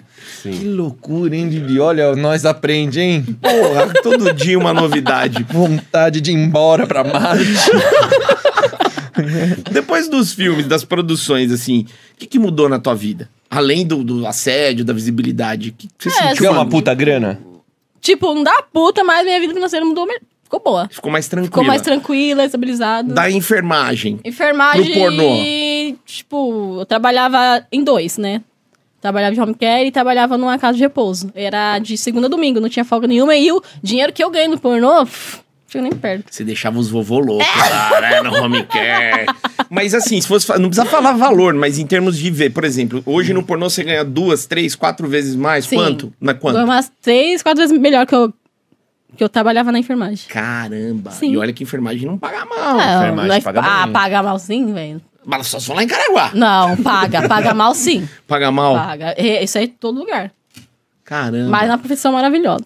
Que loucura, hein, Lili? Olha, nós aprende, hein? Porra, todo dia uma novidade. Vontade de ir embora pra Marte. Depois dos filmes, das produções, assim, o que, que mudou na tua vida? Além do, do assédio, da visibilidade, que que assim, você É, sentiu? Ganhou uma mano? puta grana? Tipo, não dá puta, mas minha vida financeira mudou. me- Ficou boa. Ficou mais tranquila. Ficou mais tranquila, estabilizada. Da enfermagem. Enfermagem. Pro pornô. Tipo, eu trabalhava em dois, né? Trabalhava de home care e trabalhava numa casa de repouso. Era de segunda a domingo, não tinha folga nenhuma. E o dinheiro que eu ganhei no pornô, pff, não chega nem perto. Você deixava os vovô loucos É. lá, né, no home care. Mas assim, se fosse. fa- Não precisa falar valor, mas em termos de ver, por exemplo, hoje no pornô você ganha duas, três, quatro vezes mais. Sim. Quanto? Na Foi quanto? umas três, quatro vezes melhor que eu, que eu trabalhava na enfermagem. Caramba! Sim. E olha que enfermagem não paga mal. Não, enfermagem não é- paga ah, bem. paga malzinho, velho. Mas só se for lá em Caraguá. Não, paga. Paga mal sim. Paga mal. Paga. E- Isso aí é todo lugar. Caramba. Mas na profissão maravilhosa.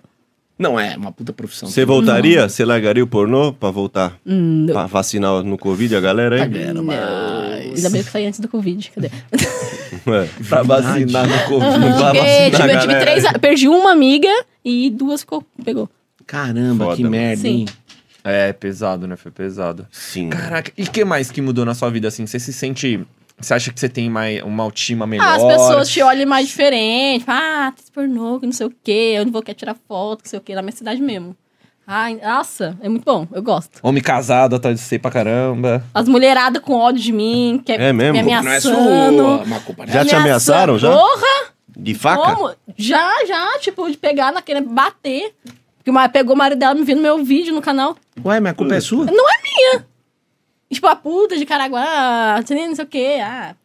Não é, uma puta profissão. Você voltaria? Você largaria o pornô pra voltar? Hum, Pra vacinar no Covid a galera aí? Quero mais. Ainda bem que foi antes do Covid. Cadê? É. Pra vacinar no Covid. pra Porque, vacinar tipo, a eu tive galera. três. a- Perdi uma amiga e duas ficou, pegou. Caramba, Foda, que mano. merda, hein? É, pesado, né? Foi pesado. Sim. Caraca, e que mais que mudou na sua vida, assim? Você se sente... Você acha que você tem mais, uma autoestima melhor? Ah, as pessoas te olham mais diferente. Fala, ah, tem esse pornô, que não sei o quê. Eu não vou querer tirar foto, que não sei o quê, na minha cidade mesmo. Ai, nossa, é muito bom. Eu gosto. Homem casado atrás de você pra caramba. As mulheradas com ódio de mim, que É mesmo? me Não é Não é só ameaçando. uma culpa é Já te Ameaçando. ameaçaram, já? Porra, De faca? como? Já, já, tipo, de pegar naquele, bater. Porque uma- pegou o marido dela me vindo meu vídeo no canal. Ué, mas a culpa é sua? Tipo, a puta de Caraguá, não sei- não sei o quê. Ah.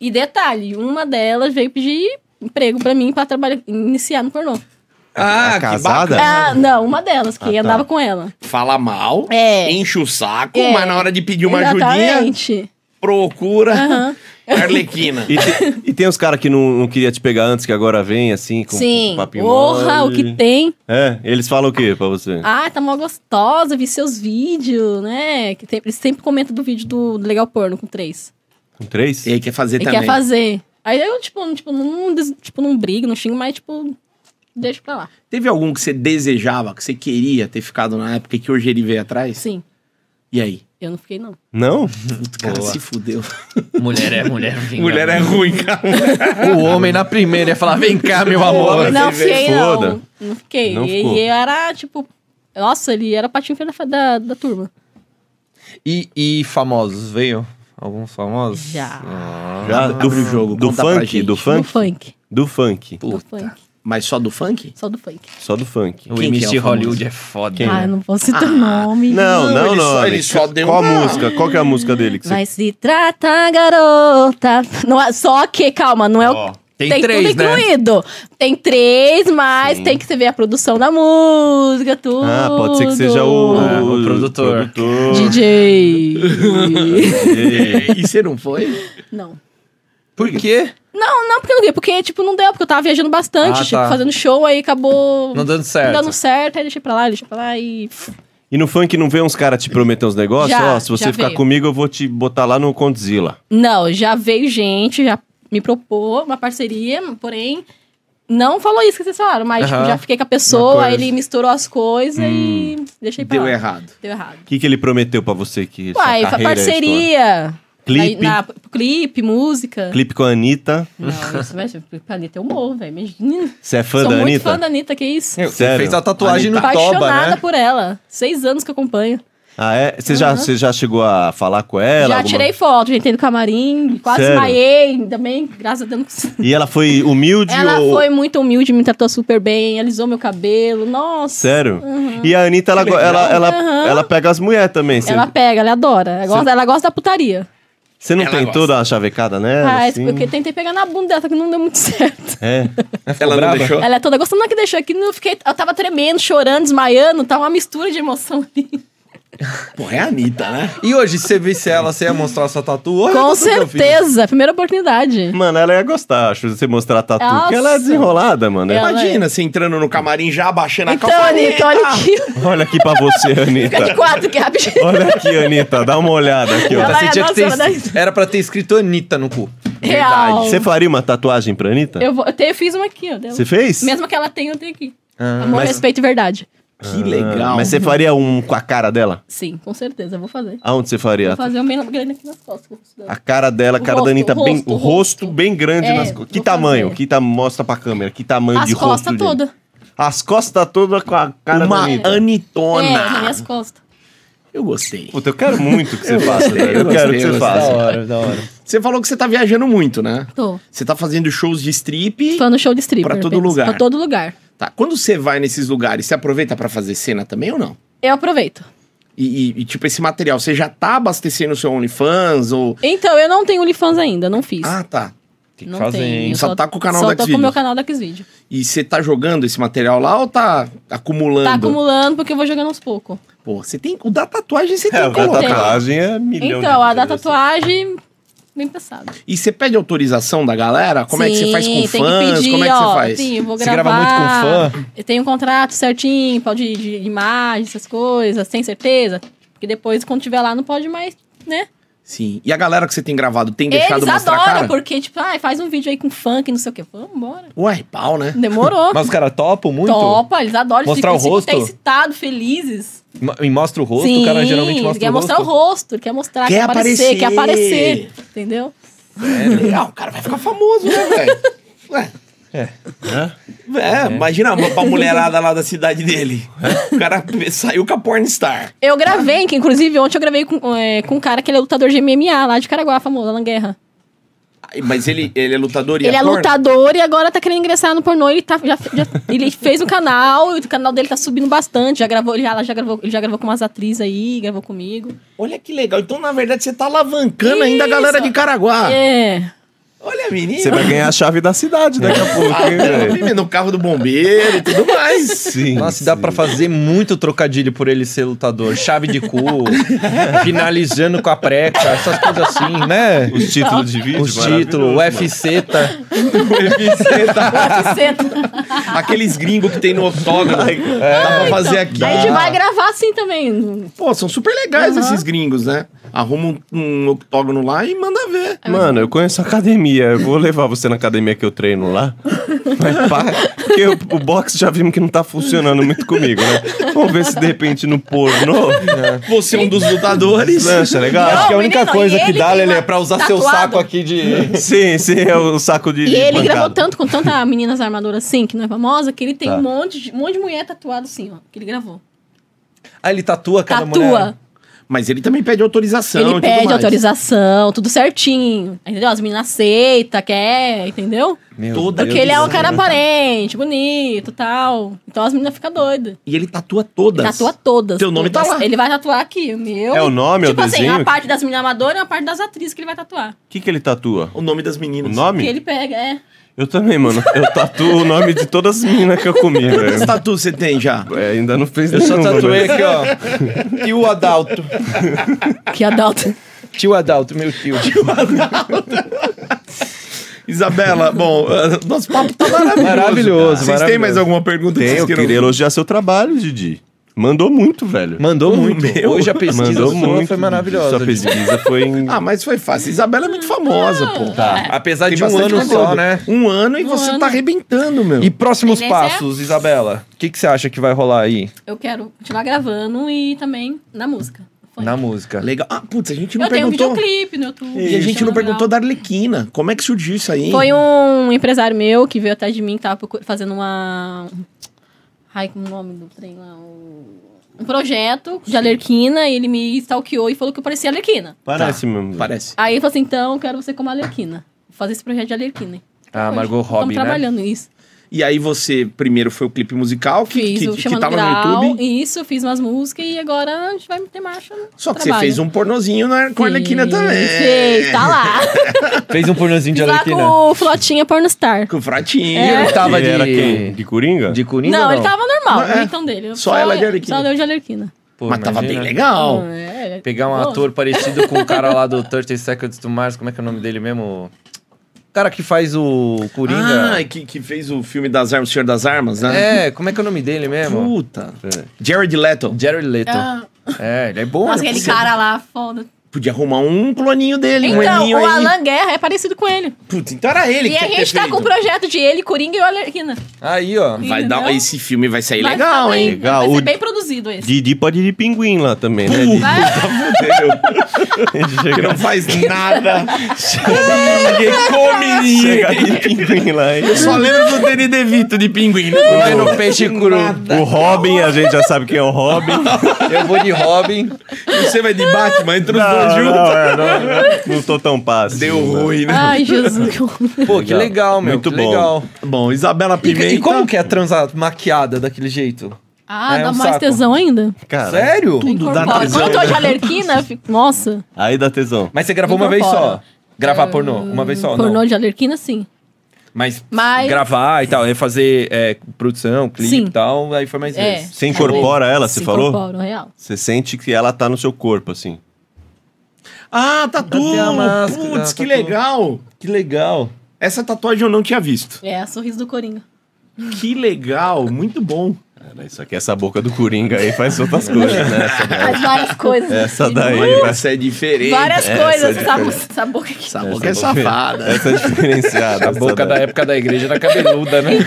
E detalhe, uma delas veio pedir emprego pra mim pra trabalhar, iniciar no pornô. Ah, Tá casada? Ah, não, uma delas, que Ah, tá. andava com ela. Fala mal, É. enche o saco, É. mas na hora de pedir uma ajudinha, Exatamente. procura Aham. Arlequina. E, te- e tem os caras que não, não queria te pegar antes, que agora vem assim, com, Sim. com papinho Porra, o mole. que tem. É, eles falam o quê pra você? Ah, tá mó gostosa, vi seus vídeos, né? Que tem- eles sempre comentam do vídeo do, do Legal Porno com três. Com três? E aí quer fazer E também. quer fazer. Aí eu, tipo, não- tipo, não, des- tipo, não brigo, não xingo, mas, tipo, deixo pra lá. Teve algum que você desejava, que você queria ter ficado na época e que hoje ele veio atrás? Sim, E aí? eu não fiquei, não. Não? Puta, cara, Boa. se fudeu. Mulher é mulher. vinga. Mulher é ruim, cara. O homem na primeira ia falar, vem cá, meu amor. Não você vê. fiquei, Foda. não. Não fiquei. Não e ficou. e era, tipo... Nossa, ele era o patinho feio da, da, da turma. E, e famosos, veio? Alguns famosos? Já. Ah. Já? Abre o jogo, do conta pra funk? gente. Do No funk? funk. Do funk. Do funk. Mas só do funk? Só do funk. Só do funk. Quem O que MC é o famoso? Hollywood é foda. né? Ah, eu não vou citar nome. Não, Não, não, ele não. só- Alex. ele só deu Qual a uma- música? Qual que é a música dele que você... Vai se tratar, garota. Não é só que, calma, não é Ó, o. tem tudo três, né? incluído. Tem três, mas tem que você ver a produção da música, tudo. Ah, pode ser que seja o, É, Ah, o produtor. produtor. DJ. E você não foi? não. Por quê? Não, não, porque eu não queria. Porque, tipo, não deu, porque eu tava viajando bastante, Ah, tipo, tá. fazendo show, aí acabou. Não dando certo. Tá dando certo, aí deixei pra lá, deixei pra lá e. E no funk não vê uns caras te prometendo uns negócios? Já, Ó, se você já ficar veio. comigo, eu vou te botar lá no Condzilla. Não, já veio gente, já me propôs uma parceria, porém. Não falou isso que vocês falaram, mas tipo, Aham. já fiquei com a Uma pessoa, coisa. aí ele misturou as coisas Hum. e deixei pra Deu lá. errado. Deu errado. O que, que ele prometeu pra você que sua Uai, fa- carreira é estoura? parceria. Clipe, Na, na- clipe, música. clipe com a Anitta. Não, isso, velho, a Anitta é humor, velho. Imagina. Você é fã Sou da muito Anitta? fã da Anitta, que isso? Você Sério? fez a tatuagem no Toba, Apaixonada né? por ela. Seis anos que eu acompanho. Ah, é? Você já, você já chegou a falar com ela? Já alguma- tirei foto, já entrei no camarim, quase Sério? desmaiei também, graças a Deus. não consegui. E ela foi humilde Ela ou... foi muito humilde, me tratou super bem, alisou meu cabelo. Nossa. Sério? Uhum. E a Anitta, ela, go- ela, ela, Aham. ela pega as mulheres também. Você Uhum. Ela pega, ela adora. Ela gosta, ela gosta da putaria. você não Ela tentou gosta. dar uma chavecada nela? Ah, assim? porque tentei pegar na bunda dela, só que não deu muito certo. É. Ela não brava? deixou? Ela é toda gostando, não é que deixou aqui, eu fiquei, eu tava tremendo, chorando, desmaiando, tá uma mistura de emoção ali. Pô, é a Anitta, né? E hoje, se você visse ela, você ia mostrar sua tatu? Olha a Com tatu que eu fiz. certeza, primeira oportunidade. Mano, ela ia gostar, acho, de você mostrar a tatu. Porque ela é Nossa. desenrolada, mano. Ela Imagina, você entrando no camarim já Ah, abaixando a Então, calça. Anitta, olha aqui. Olha aqui pra você, Fica de Anitta. quatro, que é rapidinho. Olha aqui, Anitta, dá uma olhada aqui, ó. Ela Você é- tinha que nossa, ela ter- Era pra ter escrito Anitta no cu. Real. Você faria uma tatuagem pra Anitta? Eu, vou, eu, tenho- eu fiz uma aqui, ó. dela. Você fez? Mesmo que ela tenha, eu tenho aqui. Ah, Amor, respeito e verdade. Que legal. Ah, Mas você faria um com a cara dela? Sim, com certeza, eu vou fazer. Aonde você faria? tá. Vou fazer um bem grande aqui nas costas. que eu preciso dela. A cara dela, a O cara rosto, da Anitta, o bem, rosto, o o rosto rosto. bem grande É, nas costas. Que vou tamanho? fazer. Que ta... Mostra pra câmera. Que Ah, tamanho As de rosto? costas dele? todas. As costas todas com a cara da Uma Anitta. É, Anitona. nas minhas costas. Eu gostei. Puta, eu quero muito que você faça, gostei, velho. Eu, eu gostei, quero que você eu faça. gostei. é. Da hora, da hora. Você falou que você tá viajando muito, né? Tô. Você tá fazendo shows de strip. Tô no show de stripper. Pra todo apenas. lugar. Pra todo lugar. Tá. Quando você vai nesses lugares, você aproveita pra fazer cena também ou não? Eu aproveito. E, e- e, tipo, esse material, você já tá abastecendo o seu OnlyFans ou... Então, eu não tenho OnlyFans ainda, não fiz. Ah, tá. Tem que não fazer, hein? tenho. Só tá com o canal só da tô com o Xvideos. meu canal da Xvideo. E você tá jogando esse material lá ou tá acumulando? Tá acumulando porque eu vou jogando aos poucos. Pô, você tem... O da tatuagem você tem É, que a colocar. tatuagem é milhão Então, de a da vezes. tatuagem, bem pensado. E você pede autorização da galera? Como é que você faz com Sim, tem fãs? Que pedir, Como é que ó, você faz? Assim, eu vou Você gravar, grava muito com fã? Eu tenho um contrato certinho, pode de imagem, essas coisas, tem certeza. Porque depois, quando tiver lá, não pode mais, né? Sim. E a galera que você tem gravado, tem deixado Eles mostrar a cara? adoram, porque, tipo, ai, faz um vídeo aí com funk, não sei o quê. Vamos embora. Ué, pau, né? Demorou. Mas os caras topam muito? Topa, eles adoram. eles Mostrar ficam- o rosto? Ficam até excitados, felizes. Ma- E mostra o rosto? o cara geralmente mostra ele quer o rosto. mostrar o rosto, ele quer mostrar, Quer quer, aparecer, quer aparecer. aparecer, entendeu? É legal, o cara vai ficar famoso, né, velho? Ué. É. É, imagina a pra mulherada lá da cidade dele. O cara saiu com a pornstar. Eu gravei, que inclusive ontem eu gravei com, é, com um cara que ele é lutador de MMA lá de Caraguá, famoso, Alan Guerra. Ai, Mas ele, ele é lutador e Ele é ator? lutador e agora tá querendo ingressar no pornô. Ele, tá, já, já- ele fez um canal, e o canal dele tá subindo bastante. Já gravou, ele já, já gravou, ele já gravou com umas atrizes aí, gravou comigo. Olha que legal. Então, na verdade, você tá alavancando ainda a Isso. galera de Caraguá. É. Olha, menino. Você vai ganhar a chave da cidade daqui a Ah, pouco, hein, velho? No carro do bombeiro e tudo mais. Sim. Nossa, dá pra fazer muito trocadilho por ele ser lutador. Chave de cu, finalizando com a preca, essas coisas assim, né? Os títulos de vídeo, Os títulos, UFC, tá? Senta. Aqueles gringos que tem no octógono. é. Dá pra fazer aqui. Então, Ah, A gente vai gravar assim também. Pô, são super legais esses gringos, né? Arruma um, um octógono lá e manda ver. É. Mano, eu conheço a academia. Eu vou levar você na academia que eu treino lá. Mas pá, porque o, o boxe já vimos que não tá funcionando muito comigo, né? Vamos ver se de repente no pornô. né? Você é um dos lutadores. Lancha, legal? Acho que a Não, única menino, coisa e que ele dá, tem Lelê, uma é pra usar seu tatuada. saco aqui de. Sim, sim, é o saco de. E de ele pancada. gravou tanto com tanta menina armadora assim, que não é famosa, que ele tem um, monte de, um monte de mulher tatuada assim, ó. Que ele gravou. Ah, ele tatua cada Tatua. mulher. Mas ele também pede autorização. Então, e Ele tudo pede mais. autorização, tudo certinho. Entendeu? As meninas aceitam, quer, entendeu? Meu Toda- Porque Deus ele do é céu. um cara aparente, bonito tal. Então as meninas ficam doidas. E ele tatua todas. Tatua todas. Teu nome tá todas. lá. Ele vai tatuar aqui, o meu. É o nome, é o Tipo assim, desenho? a parte das meninas amadoras e a parte das atrizes que ele vai tatuar. O que, que ele tatua? O nome das O meninas. Que nome? ele pega, é. Eu também, mano. Eu tatuo o nome de todas as meninas que eu comi, Quantas velho. tatuas você tem já? É, ainda não fez Eu só nenhuma, tatuei mas- aqui, ó. Tio Adalto. Que adulta. Tio Adalto, meu tio. Isabela, bom, eh, nosso papo tá maravilhoso. Maravilhoso, Vocês têm maravilhoso. mais alguma pergunta Tem, que eu vocês queiram? queria elogiar seu trabalho, Didi. Mandou muito, velho. Mandou muito. Hoje a pesquisa Mandou sua muito. foi Sua maravilhosa. pesquisa foi em... Ah, mas foi fácil. Isabela é muito famosa, pô. Tá. É. Apesar de um ano só, né? Um ano e você ano. tá arrebentando, meu. E próximos Tendência é- passos, Isabela? O que que você acha que vai rolar aí Eu quero continuar gravando e também na música. Foi. na música? Legal. Ah, putz, a gente não eu tenho um perguntou. videoclipe no YouTube. e a gente não Legal. perguntou da Arlequina. Como é que surgiu isso aí? Foi um empresário meu que veio atrás de mim, que tava procu- fazendo uma. um, Ai, como é o nome do trem lá? O- Um projeto de Alerquina, e ele me stalkeou e falou que eu parecia Alerquina. tá. Parece um- mesmo. Parece. Aí ele falou assim: então eu quero você como Alerquina. Vou fazer esse projeto de Alerquina. Ah, Margot Estamos Robbie, né? trabalhando isso. E aí você, primeiro foi o clipe musical que, Fiz que, o que Chamando tava Grau, no YouTube. isso, fiz umas músicas e agora a gente vai ter marcha. no Só que trabalho. você fez um pornozinho na, com a Arlequina Fiz, também. Fiz, tá lá. Fez um pornozinho de Fiz lá Arlequina. com o Flotinha Pornstar. Com o Fratinho. tá. E É. ele tava Ele de... era quem? De Coringa? De Coringa Não, ou ele tava normal, Não, é. o então dele. Eu Só ela de Arlequina. Só deu de Alerquina. Pô, Mas tava bem imagina. legal. É, Pegar um Pô. ator parecido com o cara lá do 30 Seconds to Mars, como é que é o nome dele mesmo? O cara que faz o Coringa. Ah, que, que fez o filme das armas, o Senhor das Armas, Ah, né? é, como é que é o nome dele mesmo? Puta. Jared Leto. Jerry Leto. Ah. É, ele é bom. Nossa, né? aquele cara lá, foda. Podia arrumar um cloninho dele, um Então, aninho o aí. Alan Guerra é parecido com ele. Puta, então era ele E que a tinha que gente ter tá feito. com o projeto de ele, Coringa e o Alerquina. Aí, ó. Vai dar, Entendeu? esse filme vai sair né? Vai legal, ficar bem- hein? Legal, Vai o- ser bem produzido esse. Didi pode ir de pinguim lá também, né? Didi? Ele Que chega, não faz nada. Ninguém come chega de pinguim lá. hein? Eu só lembro do Danny DeVito de pinguim. né? Vai no peixe cru. O Robin, a gente já sabe quem é o Robin. Eu vou de Robin. E Você vai de Batman, entra os dois Não, juntos. não, é, não, não, não tô tão fácil. Deu ruim, né? Ai, Jesus. que horror. Pô, que legal, meu. Muito que bom. legal. Bom, Isabela E, Pimenta. e como que é transar maquiada daquele jeito? ah, É dá um mais saco. tesão ainda? Cara, Sério? Tudo dá Incorpora. tesão, Quando eu tô de né? Alerquina, eu fico... Nossa. Aí dá tesão. Mas você gravou uma vez só. Gravar pornô, uma vez só, Pornô não. de Alerquina, sim. Mas, Mas- gravar e tal, é fazer é, produção, clipe Sim. e tal, aí foi mais É. vezes. Você incorpora ela, você Se falou? Incorporo, real. Você sente que ela tá no seu corpo, assim. Ah, Até a tatu! máscara, Tá Putz, que tatu. legal! Que legal. Essa tatuagem eu não tinha visto. É, sorriso do Coringa. Que legal, muito bom. Cara, isso aqui, é essa boca do Coringa aí faz outras coisas, né? Essa daí, Faz várias coisas. essa assim. daí vai ser... Essa é diferente. Várias Essa coisas. é Essa, essa boca aqui. Essa boca é Essa boca- safada. Essa é diferenciada. A essa boca da daí. época da igreja era cabeluda, né?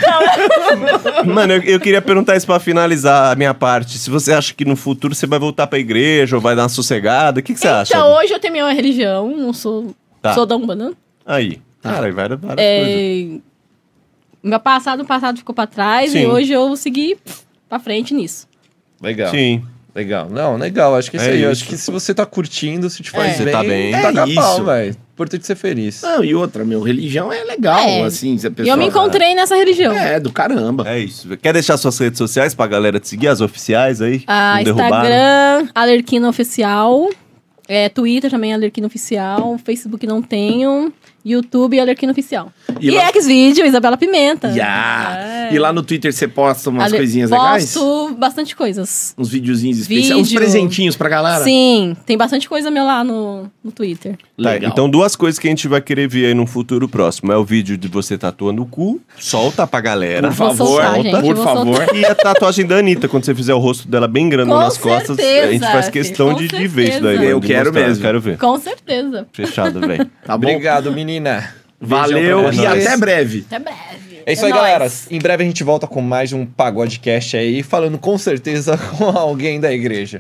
Mano, eu, eu queria perguntar isso pra finalizar a minha parte. Se você acha que no futuro você vai voltar pra igreja ou vai dar uma sossegada, o que, que você acha? Então, hoje eu tenho minha religião. Não sou... Tá. Sou da Umbanda. Aí. Cara, aí várias, várias coisas. tá. É, meu passado, o passado ficou pra trás Sim. e hoje eu segui pff, pra frente nisso. então. Legal. Sim. Legal. Não, legal. Acho que é isso É aí. isso. Acho que se você tá curtindo, se te faz Você bem, tá bem. É taca isso. pau, velho. Importante ser feliz. Não, e outra, meu, religião é legal, É. assim, se a E pessoa... eu me encontrei nessa religião. É, do caramba. É isso. Quer deixar suas redes sociais pra galera te seguir, as oficiais aí? Ah, Não derrubaram? Instagram, Alerquina Oficial. É, Twitter também, Alerquina Oficial. Facebook não tenho. YouTube, Alerquina Oficial. E E, lá- Xvideo, Isabela Pimenta. Ya. É. E lá no Twitter você posta umas Ale- coisinhas legais? Posto bastante coisas. Uns videozinhos especiais, uns Vídeo. presentinhos pra galera? Sim, tem bastante coisa meu lá no, no Twitter. Tá, Legal. então duas coisas que a gente vai querer ver aí num futuro próximo. É o vídeo de você tatuando o cu, solta pra galera. por favor, soltar, gente, por vou soltar. favor. E a tatuagem da Anitta, quando você fizer o rosto dela bem grandão Com nas costas, certeza, a gente faz fi, questão com de, de ver isso daí. certeza. mano, Eu de quero mesmo. Quero ver. Com certeza. Fechado, velho. Tá bom? Obrigado, menina. Valeu Beijão e pra vocês. até breve. Até breve. É isso aí, nóis. galera. Em breve a gente volta com mais um Pagodecast aí, falando com certeza com alguém da igreja.